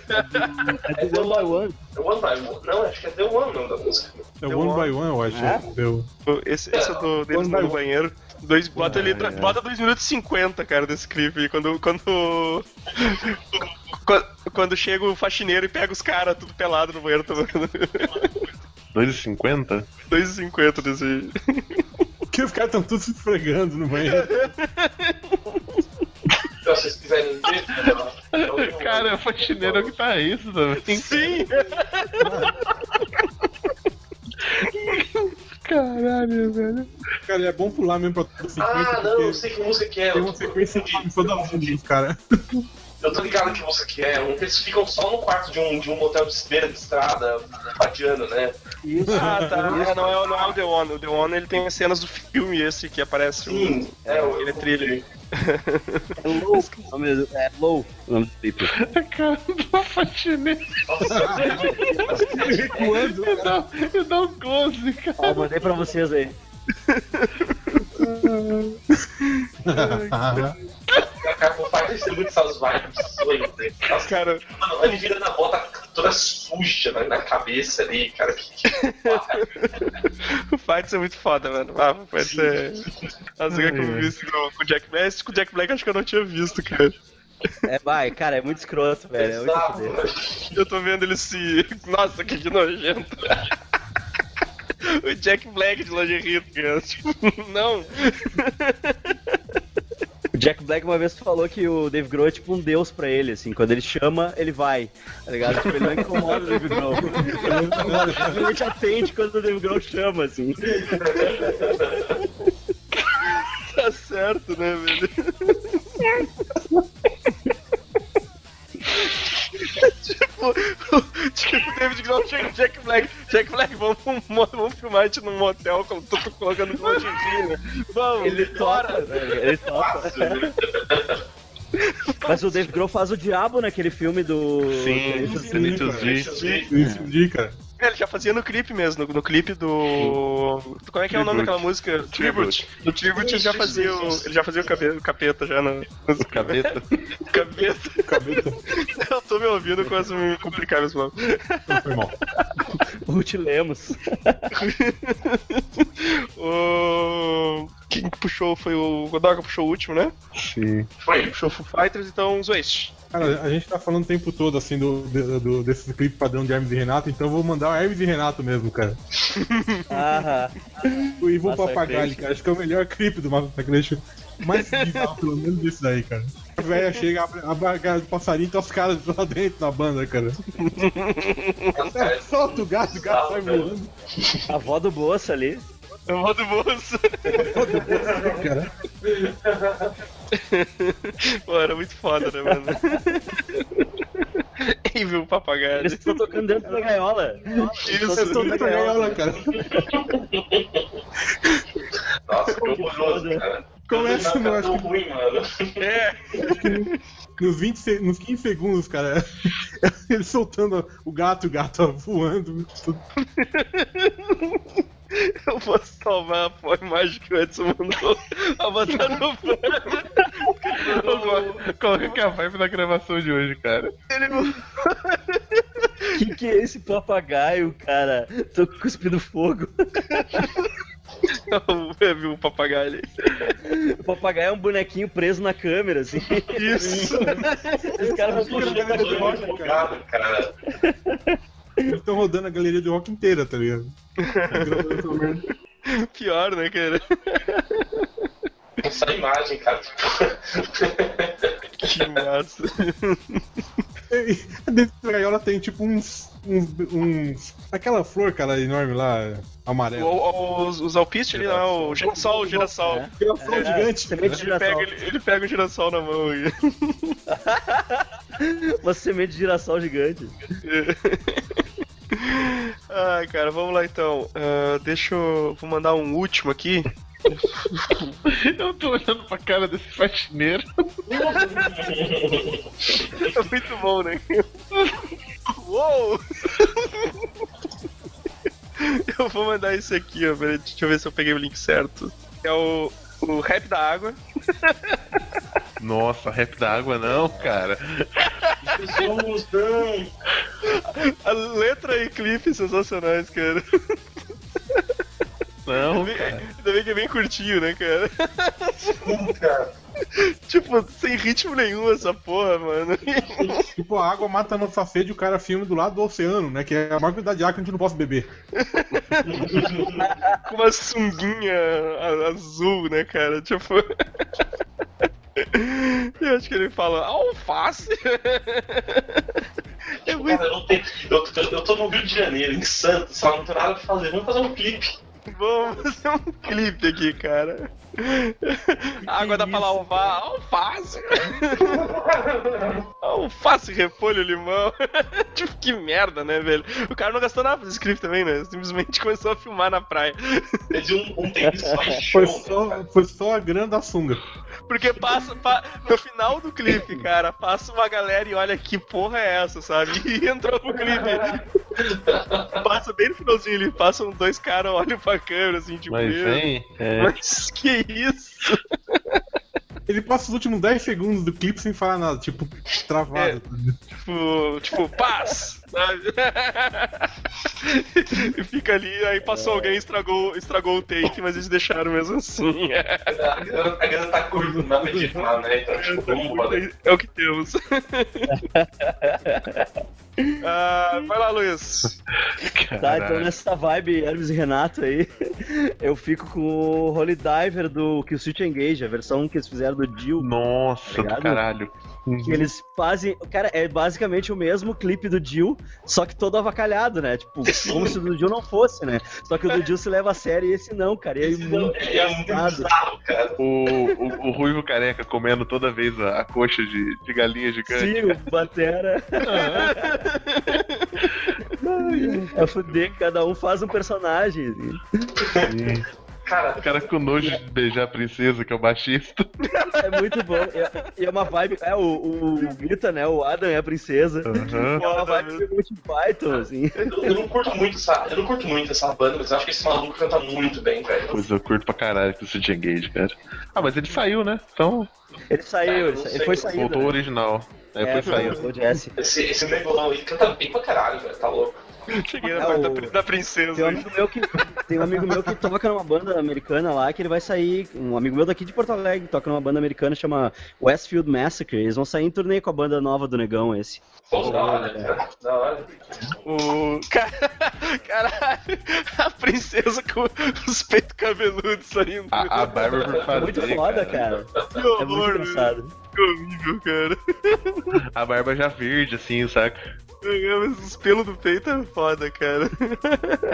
Speaker 6: é do One by One.
Speaker 3: The one by one. Não, acho que é The One o nome da música.
Speaker 5: É o One by One, eu acho.
Speaker 6: É?
Speaker 5: Eu-
Speaker 2: Esse, esse é do deles
Speaker 5: Quando vai-
Speaker 2: no banheiro. Dois, bota, ele, tra- bota 2 minutos e 50, cara, desse clipe. Quando. Quando. quando, quando chega o faxineiro e pega os caras tudo pelado no banheiro tomando.
Speaker 7: 2,50?
Speaker 2: 2,50 desse.
Speaker 5: Que os caras estão todos se esfregando no banheiro.
Speaker 3: Então, se vocês quiserem ver, é o The One.
Speaker 7: Cara, o faxineiro é o
Speaker 4: tá
Speaker 7: guitarrista também.
Speaker 2: Sim!
Speaker 7: Caralho, velho.
Speaker 5: Cara, é bom pular mesmo pra toda sequência.
Speaker 3: Ah, não, eu
Speaker 5: porque
Speaker 3: sei que música que é.
Speaker 5: tem
Speaker 3: eu
Speaker 5: uma
Speaker 3: tô-
Speaker 5: sequência
Speaker 3: eu
Speaker 5: de
Speaker 3: confundi,
Speaker 5: todo
Speaker 3: eu
Speaker 5: mundo,
Speaker 3: confundi.
Speaker 5: cara.
Speaker 3: Eu tô ligado que música que é. Um que eles ficam só no quarto de um, de um motel de esteira de estrada, pateando, né?
Speaker 2: Ah, tá. É, não, é, o- não é o The One. O The One ele tem as cenas do filme esse que aparece o.
Speaker 3: Sim, é, eu-
Speaker 2: Ele é trilha.
Speaker 6: É Low. o nome do- É Low. o nome do clipe.
Speaker 7: A cara do faxineiro.
Speaker 3: Nossa,
Speaker 5: Recuando.
Speaker 7: Ele dá, ele dá um close, cara.
Speaker 6: Ó, mandei pra vocês aí.
Speaker 3: cara, o pai tem muito essas vibes. doidas. Nossa,
Speaker 2: Cara,
Speaker 3: Mano, ele vira na bota toda suja na, na cabeça ali, cara. Que, que...
Speaker 2: o Fights é muito foda, mano. Ah, o Fights é. As que eu vi esse com com o Jack Black. Esse com o Jack Black eu acho que eu não tinha visto, cara.
Speaker 6: É, vai, cara, é muito escroto, velho. É muito
Speaker 3: Exato,
Speaker 6: foder.
Speaker 3: mano.
Speaker 2: Eu tô vendo ele se. Nossa, que nojento. O Jack Black de lingerie, cara. Tipo, não.
Speaker 6: O Jack Black uma vez falou que o Dave Grohl é tipo um deus pra ele, assim. Quando ele chama, ele vai, tá ligado? Tipo, ele não incomoda o Dave Grohl. Ele te atende quando o Dave Grohl chama, assim.
Speaker 2: Tá certo, né, velho? tipo, tipo, o David Grohl chega no Jack Black. Jack Black, vamos, pro mo- vamos filmar a gente num motel como tu tô colocando com né? Vamos,
Speaker 6: Ele toca,
Speaker 2: bora.
Speaker 6: velho. Ele toca. Mas o Dave Grohl faz o diabo naquele filme do.
Speaker 7: Sim,
Speaker 6: do-
Speaker 7: Delicious D.
Speaker 5: Isso indica.
Speaker 2: É, Ele já fazia no clipe mesmo, no, no clipe do. do- Como é que é o nome
Speaker 7: Tribute.
Speaker 2: daquela música?
Speaker 7: Tribute.
Speaker 2: No Tribute ele já fazia o. Ele já fazia o cabe- o capeta já no. no
Speaker 7: Cabeta.
Speaker 2: Capeta.
Speaker 5: Cabeta.
Speaker 2: Eu tô me ouvindo com as me complicar meus nomes.
Speaker 5: Não foi mal.
Speaker 6: Ruth Lemos.
Speaker 2: o... Quem puxou foi o Godoka puxou o último, né?
Speaker 7: Sim.
Speaker 3: Foi.
Speaker 2: Puxou o Foo Fighters, então os Waste.
Speaker 5: Cara, a gente tá falando o tempo todo, assim, do, do, do- desse clipe padrão de Hermes e Renato, então eu vou mandar o Hermes e Renato mesmo, cara.
Speaker 6: Ah,
Speaker 5: O Ivo
Speaker 6: Massa
Speaker 5: Papagalho,
Speaker 6: Crente.
Speaker 5: cara. Acho que é o melhor clipe do Massa Sacrilégio. Mais bizarro, pelo menos, disso daí, cara. A velha chega, abre abre a cara do passarinho e tá os caras lá dentro da banda, cara. É, solta o gato, o gato sai voando.
Speaker 6: a avó do Bolsa ali.
Speaker 2: Eu vou do bolso.
Speaker 5: Cara,
Speaker 2: Pô, era muito foda, né, mano? e viu o papagaio.
Speaker 6: Eles estão tocando dentro da gaiola.
Speaker 2: Isso, é né?
Speaker 5: eu tô dentro da gaiola, cara.
Speaker 3: Nossa, que horroroso, cara.
Speaker 5: Começa,
Speaker 3: Não,
Speaker 5: mano,
Speaker 3: cara,
Speaker 5: acho
Speaker 3: tão ruim, mano.
Speaker 2: É,
Speaker 5: Nos, 20, se- nos 15 segundos, cara, ele soltando o gato, o gato voando. tudo.
Speaker 2: eu vou salvar pô, a imagem que o Edson mandou. A botar no plano.
Speaker 7: Qual que é a vibe da gravação de hoje, cara?
Speaker 2: Ele não.
Speaker 6: O que, que é esse papagaio, cara? Tô cuspindo fogo.
Speaker 2: Eu vi o papagaio ali.
Speaker 6: O papagaio é um bonequinho preso na câmera, assim.
Speaker 2: Isso.
Speaker 6: Os caras vão puxando
Speaker 3: Tô
Speaker 6: a câmera.
Speaker 3: tá empolgado, cara.
Speaker 5: Eles estão rodando a galeria de rock inteira, tá ligado?
Speaker 2: Pior, né, cara?
Speaker 3: Essa imagem, cara. tipo,
Speaker 2: Que massa.
Speaker 5: E Dentro da gaiola tem tipo uns, uns, uns- Aquela flor, cara, enorme lá,
Speaker 2: O,
Speaker 5: amarela.
Speaker 2: o- os, os alpistes ali, não, o girassol, o girassol.
Speaker 6: É.
Speaker 5: Aquela flor
Speaker 6: É,
Speaker 5: gigante. né?
Speaker 6: Semente de
Speaker 2: Ele
Speaker 6: girassol.
Speaker 2: pega, ele, ele pega o girassol na mão e.
Speaker 6: Uma semente de girassol gigante.
Speaker 2: Ai, cara, vamos lá então. Ah, deixa eu. Vou mandar um último aqui.
Speaker 7: Eu tô olhando pra cara desse faxineiro.
Speaker 2: É muito bom, né? Uou! Eu vou mandar esse aqui, ó. Peraí, deixa eu ver se eu peguei o link certo. É o, o Rap da Água.
Speaker 7: Nossa, rap da água não, cara.
Speaker 3: Solução.
Speaker 2: A letra e clipe sensacionais, cara.
Speaker 7: Não,
Speaker 2: Bem-
Speaker 7: cara.
Speaker 2: Ainda bem que é bem curtinho, né, cara?
Speaker 3: Cara,
Speaker 2: Tipo, sem ritmo nenhum essa porra, mano.
Speaker 5: Tipo, a água mata a nossa sede e o cara filma do lado do oceano, né? Que é a maior quantidade de água que a gente não pode beber.
Speaker 2: com uma sunguinha a- azul, né, cara? Tipo. Eu acho que ele fala alface. É muito
Speaker 3: cara, eu, não tenho, eu, eu, eu tô no Rio de Janeiro, em Santos, sabe? Não tem nada pra fazer. Vamos fazer um clipe.
Speaker 2: bom fazer um clipe aqui, cara. A água dá pra lavar alface. Alface, repolho, limão. Tipo, que merda, né, velho? O cara não gastou nada desse clipe também, né? Simplesmente começou a filmar na praia.
Speaker 3: Eles um, um tênis só em
Speaker 5: Foi
Speaker 3: show.
Speaker 5: só, um foi só a grana da sunga.
Speaker 2: Porque passa. pa- no final do clipe, cara, passa uma galera e olha que porra é essa, sabe? E entrou pro clipe. passa bem no finalzinho ali, passam dois caras, olham pra câmera, assim, tipo,
Speaker 7: Mas,
Speaker 2: meu,
Speaker 7: hein? É,
Speaker 6: Tá,
Speaker 2: mas que isso?
Speaker 5: Ele passa os últimos 10 segundos do clipe sem falar nada, tipo, travado.
Speaker 2: Tipo, tipo, paz! Sabe? e fica ali, aí
Speaker 7: É.
Speaker 2: passou alguém, estragou, estragou o take, mas eles deixaram mesmo assim. É,
Speaker 3: A grana a grana tá curta, não dá pra editar, né? Então, tipo, vamos fazer.
Speaker 2: é o que temos. Ah, vai lá, Luiz.
Speaker 6: Tá,
Speaker 7: Caralho.
Speaker 6: então nessa vibe Hermes e Renato aí, eu fico com o Holy Diver do Kill Switch Engage, a versão que eles fizeram do Jill.
Speaker 7: Nossa, do
Speaker 6: Obrigado.
Speaker 7: caralho.
Speaker 6: Tá
Speaker 7: Uhum.
Speaker 6: Que eles fazem. Cara, é basicamente o mesmo clipe do Jill, só que todo avacalhado, né? Tipo, como se o do Jill não fosse, né? Só que o do Jill se leva a sério e esse não, cara. E aí, muito
Speaker 3: É muito
Speaker 6: engraçado.
Speaker 3: bizarro, cara.
Speaker 7: O, o, o Ruivo Careca comendo toda vez a, a coxa de, de galinha gigante.
Speaker 6: Sim, o Batera. é fuder, cada um faz um personagem. assim.
Speaker 3: Cara,
Speaker 7: O cara com nojo de beijar a princesa, que é o baixista.
Speaker 6: É muito bom. E- E é uma vibe. É, o, o, o Grita, né? O Adam é a princesa.
Speaker 7: Aham.
Speaker 6: É uma vibe meio Monty Python, assim.
Speaker 3: eu, eu não curto muito essa. Eu não curto muito essa banda, mas eu acho que esse maluco canta muito bem, velho.
Speaker 7: Pois eu curto pra caralho que o Cid Engage, cara. Ah, mas ele saiu, né? Então
Speaker 6: Ele saiu,
Speaker 3: É,
Speaker 6: ele, sa- ele foi saído.
Speaker 7: voltou ao
Speaker 6: né?
Speaker 7: original. É,
Speaker 6: É,
Speaker 7: foi saindo.
Speaker 6: voltou o Jesse.
Speaker 3: Esse, esse negão aí canta bem pra caralho, velho. Tá louco.
Speaker 2: Cheguei na
Speaker 6: É,
Speaker 2: parte
Speaker 6: o-
Speaker 2: da pri- da princesa.
Speaker 6: Tem um, amigo meu que, tem um amigo meu que toca numa banda americana lá, que ele vai sair. Um amigo meu daqui de Porto Alegre toca numa banda americana chama Westfield Massacre. Eles vão sair em turnê com a banda nova do Negão, esse. É
Speaker 3: Pô, da hora, cara. Da hora.
Speaker 6: um
Speaker 2: O... Ca- Caralho, a princesa com os peitos cabeludos saindo.
Speaker 7: A, a Bárbara por
Speaker 6: É
Speaker 7: fazer,
Speaker 6: muito foda, cara.
Speaker 2: que
Speaker 6: É muito
Speaker 2: horror, velho.
Speaker 6: engraçado.
Speaker 2: que horrível, cara.
Speaker 7: A Bárbara já verde, assim, saca?
Speaker 2: É, Mas os pelos do peito é foda, cara.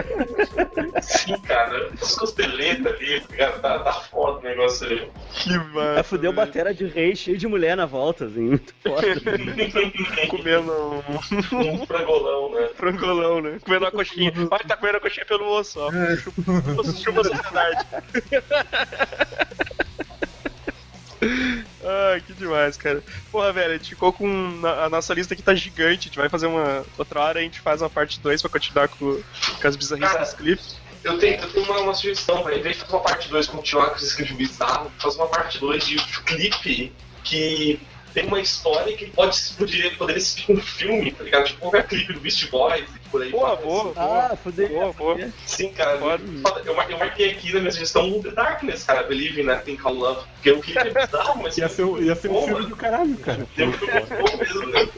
Speaker 3: Sim, cara. As costeletas ali, cara, tá, tá foda o negócio ali.
Speaker 2: Que massa.
Speaker 6: Vai É fuder o
Speaker 2: velho.
Speaker 6: batera de rei cheio de mulher na volta, assim. Muito foda.
Speaker 2: Comendo um
Speaker 3: Um frangolão, né?
Speaker 2: frangolão, né? Comendo uma coxinha. Olha, tá comendo a coxinha pelo osso, ó. Chupa, chupa a sociedade. Ai, que demais, cara. Porra, velho, a gente ficou com. A nossa lista aqui tá gigante. A gente vai fazer uma. Outra hora a gente faz uma parte 2 pra continuar com, com as bizarrices
Speaker 3: Cara,
Speaker 2: dos clipes.
Speaker 3: Eu tenho, eu tenho uma, uma sugestão, velho. Em vez de fazer uma parte 2 continuar com esse script bizarro, faz uma parte 2 de um clipe que tem uma história que pode se poderia, poderia ser um filme, tá ligado? Tipo qualquer clipe do Beast Boys e por aí.
Speaker 2: Boa,
Speaker 3: fora.
Speaker 2: boa, boa.
Speaker 6: ah, fudeu.
Speaker 2: Boa, boa.
Speaker 3: Sim, cara.
Speaker 2: Foda.
Speaker 3: Eu, mar- eu marquei aqui na minha sugestão o The Darkness, cara. Believe in I Think I Love. Porque o clipe é bizarro, mas.
Speaker 5: Ia ser, um- ia ser um
Speaker 3: Boa,
Speaker 5: filme do caralho, cara.
Speaker 3: Tem um filme bom mesmo, né?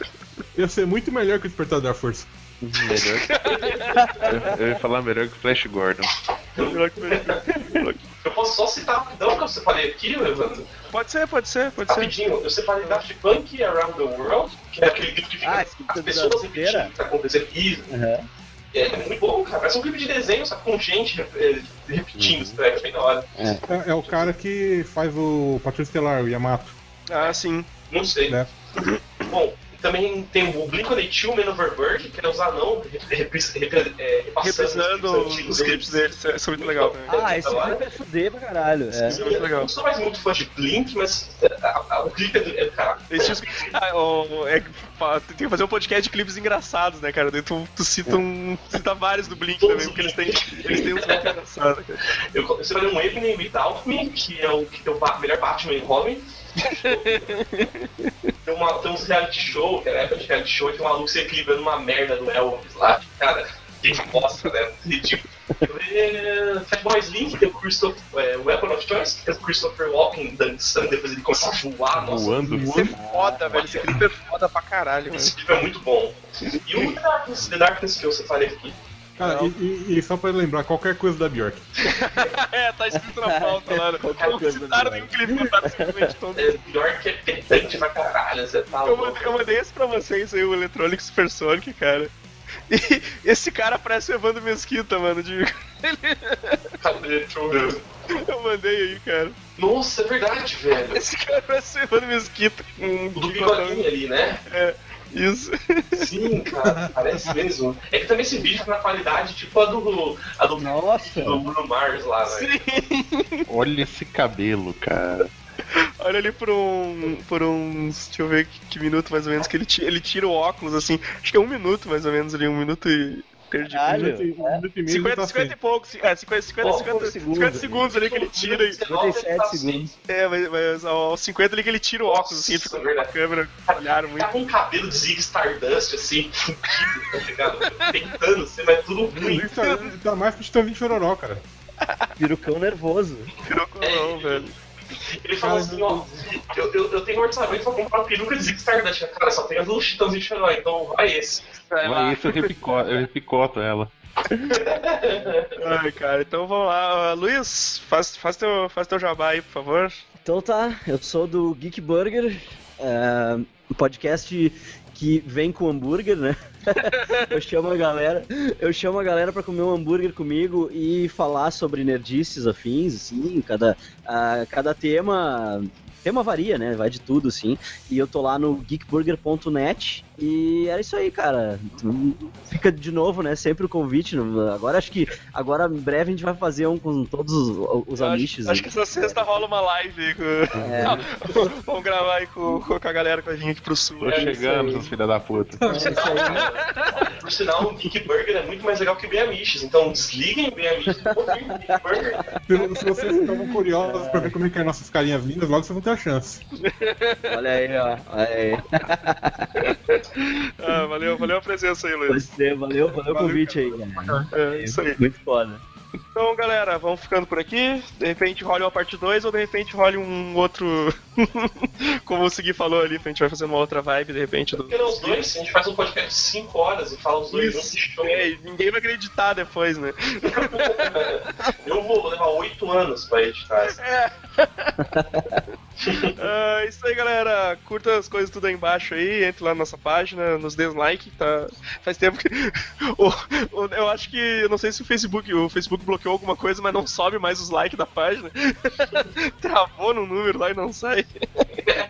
Speaker 5: Ia ser muito melhor que o Despertador da Força.
Speaker 7: Melhor que... eu, eu ia falar melhor que o Flash Gordon.
Speaker 2: Melhor que o
Speaker 3: Eu posso só citar rapidão que eu separei aqui, Evandro.
Speaker 2: Pode ser, pode ser, pode ser.
Speaker 3: Rapidinho, eu separei Daft Punk e Around the World, que é aquele clipe que fica
Speaker 6: Ah, esse clipe
Speaker 3: as
Speaker 6: da
Speaker 3: pessoas
Speaker 6: feira.
Speaker 3: repetindo o que tá acontecendo. Isso,
Speaker 6: Aham.
Speaker 3: é muito bom, cara. Parece um clipe de desenho, só com gente é,
Speaker 6: Uhum.
Speaker 3: repetindo os trechos, bem da hora.
Speaker 5: É, é o cara que faz o Patrulho Estelar, o Yamato,
Speaker 2: Ah, sim.
Speaker 3: Não sei.
Speaker 5: né?
Speaker 3: Bom, também tem o Blink-182, Man Overbird, que é os anão repre- repre- é,
Speaker 2: Representando
Speaker 3: clipes
Speaker 2: os
Speaker 3: antigos
Speaker 2: clipes deles, isso é muito legal. também.
Speaker 6: Ah, esse clipe é fuder pra caralho. É.
Speaker 2: Isso é muito
Speaker 3: Eu
Speaker 2: legal.
Speaker 3: não sou mais muito fã de Blink, mas é, a- a- o clipe é do. É, cara,
Speaker 2: Eles tinham os- Ah, o- é que fa- tem que fazer um podcast de clipes engraçados, né, cara? Daí tu, tu cita, um, cita vários do Blink também, porque eles têm, eles têm uns clipes engraçados. cara.
Speaker 3: eu eu separei um Evening Without Me, que é o, que é o ba- melhor Batman e Robin. tem, uma, tem uns reality show, que era época de reality show, que o maluco se equilibrando uma merda do Elvis lá. que, Cara, que bosta, né? Ridículo. É, Fat Boys Link, tem o Christopher, é, Weapon of Choice, que tem o Christopher Walken dançando, depois ele começa a voar, nossa,
Speaker 7: Voando.
Speaker 2: Isso é foda, velho. Esse clipe é foda pra caralho, velho.
Speaker 3: esse clipe é muito bom. E o The Darkness, The Darkness que eu separei aqui,
Speaker 5: Cara, e, e- e só pra lembrar, qualquer coisa da Bjork.
Speaker 2: É, tá escrito na pauta lá. né?
Speaker 6: Qualquer
Speaker 2: Não
Speaker 6: coisa,
Speaker 2: citaram
Speaker 6: né?
Speaker 2: nenhum clipe, botaram simplesmente todo.
Speaker 3: é pior que é pedante pra caralho, você tá
Speaker 2: Eu
Speaker 3: louco.
Speaker 2: mandei, eu mandei esse pra vocês aí, o Electronic Supersonic, cara. E esse cara parece o Evandro Mesquita, mano. de-
Speaker 3: Cadê? Deixa eu ver.
Speaker 2: Eu mandei aí, cara.
Speaker 3: Nossa, é verdade, velho.
Speaker 2: Esse cara parece o Evandro Mesquita. com Um é,
Speaker 3: O do bigodinho ali, né?
Speaker 2: Isso.
Speaker 3: Sim, cara, parece mesmo. É que também esse vídeo tá na qualidade tipo a do. a do,
Speaker 6: Nossa!
Speaker 3: do Bruno Mars lá, né? velho.
Speaker 7: Olha esse cabelo, cara.
Speaker 2: Olha ali por um. por uns. Deixa eu ver que, que minuto mais ou menos que ele, ti- ele tira o óculos, assim. Acho que é um minuto mais ou menos ali, um minuto e. Perdi.
Speaker 6: Caralho,
Speaker 5: Um minuto e- um minuto e meio,
Speaker 2: 50,
Speaker 5: ele tá
Speaker 2: 50 e pouco, ci- é, 50, 50,
Speaker 3: Pouco
Speaker 2: 50,
Speaker 6: segundo.
Speaker 2: 50 segundos ali que ele tira. e-
Speaker 3: tá
Speaker 6: 57
Speaker 3: assim,
Speaker 6: segundos.
Speaker 2: É, mas, mas aos 50 ali que ele tira o óculos, assim,
Speaker 3: Nossa,
Speaker 2: fica com a
Speaker 3: verdade.
Speaker 2: câmera, olharam muito.
Speaker 3: Tá com um cabelo de Zig Stardust, assim, fudido, tá ligado? Tentando, assim, mas tudo ruim.
Speaker 5: sem- Ele tá, tá mais que o Chitãozinho Chororó, cara.
Speaker 6: Perucão nervoso.
Speaker 2: Virou colão, velho.
Speaker 3: Ele falou assim, ó, eu, eu, eu tenho um orçamento pra comprar uma peruca de Zig Stardust. né? Cara, só tem as do Chitãozinho de Choró, então vai esse.
Speaker 7: Olha isso, eu repicoto, eu repicoto ela.
Speaker 2: Ai, cara, então vamos lá. Ah, Luiz, faz, faz, teu, faz teu jabá aí, por favor.
Speaker 6: Então tá, eu sou do Geek Burger, é, um podcast que vem com hambúrguer, né? eu chamo a galera, eu chamo a galera para comer um hambúrguer comigo e falar sobre nerdices afins, assim, cada a- cada tema tema varia, né? Vai de tudo, assim. E eu tô lá no geekburger.net e era isso aí, cara. Fica de novo, né? Sempre o convite. no- Agora acho que agora em breve a gente vai fazer um com todos os, os
Speaker 2: Eu
Speaker 6: amiches. né?
Speaker 2: acho, acho que essa sexta rola uma live aí. Com...
Speaker 6: É,
Speaker 2: vamos gravar aí com, com a galera com a gente pro sul.
Speaker 6: É
Speaker 7: Tô
Speaker 4: né?
Speaker 7: chegando, seus filha da puta.
Speaker 3: Por sinal, o Big Burger é muito mais legal que o Beamiches, então desliguem o Beamiches e ouvirem o Big Burger.
Speaker 5: Se, se vocês ficavam curiosos pra ver como é que é nossas carinhas lindas, logo vocês vão ter a chance.
Speaker 6: Olha aí, ó. Olha aí.
Speaker 2: Ah, valeu, valeu a presença aí, Luiz.
Speaker 6: Pois é, valeu, valeu o convite aí, cara.
Speaker 2: É, isso aí.
Speaker 6: Muito foda.
Speaker 2: Então, galera, vamos ficando por aqui. De repente role uma parte 2 ou de repente role um outro. Como o Segui falou ali, a gente vai fazer uma outra vibe de repente do.
Speaker 3: Porque não, os dois, a gente faz um podcast de 5 horas e fala os dois juntos de show.
Speaker 2: É, e ninguém vai acreditar depois, né?
Speaker 3: Eu vou levar 8 anos pra editar isso.
Speaker 2: É isso aí, galera. Curta as coisas tudo aí embaixo aí, entre lá na nossa página, nos dê um like, tá? Faz tempo que. o- o- eu acho que. Eu não sei se o Facebook. O Facebook bloqueou alguma coisa, mas não sobe mais os likes da página. Travou no número lá e não sai.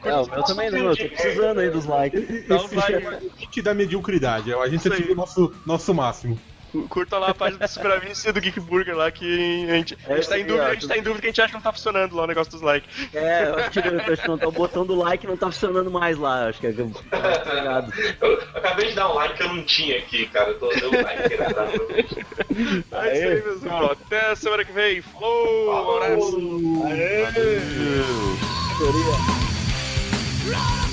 Speaker 6: Não, o meu também não, eu tô precisando aí dos likes.
Speaker 2: Dá
Speaker 5: Esse
Speaker 2: um like.
Speaker 5: é a gente da mediocridade, é a gente
Speaker 2: Isso aí.
Speaker 5: atingiu o nosso, nosso máximo.
Speaker 2: Cu- Curta lá a página do Super Amigo e do Geek Burger lá, que a gente, a gente tá em dúvida, a gente tá em dúvida que a gente acha que não tá funcionando lá o negócio dos likes.
Speaker 6: É, eu acho que, eu acho que não tá, o botão do like não tá funcionando mais lá. Acho que é. Obrigado.
Speaker 3: Eu acabei de dar um like que eu não tinha aqui, cara. Eu tô dando um like né, pra-
Speaker 2: É isso aí, pessoal. Até semana que vem. Falou! Um abraço. Aê.
Speaker 7: Meu Deus.
Speaker 9: Run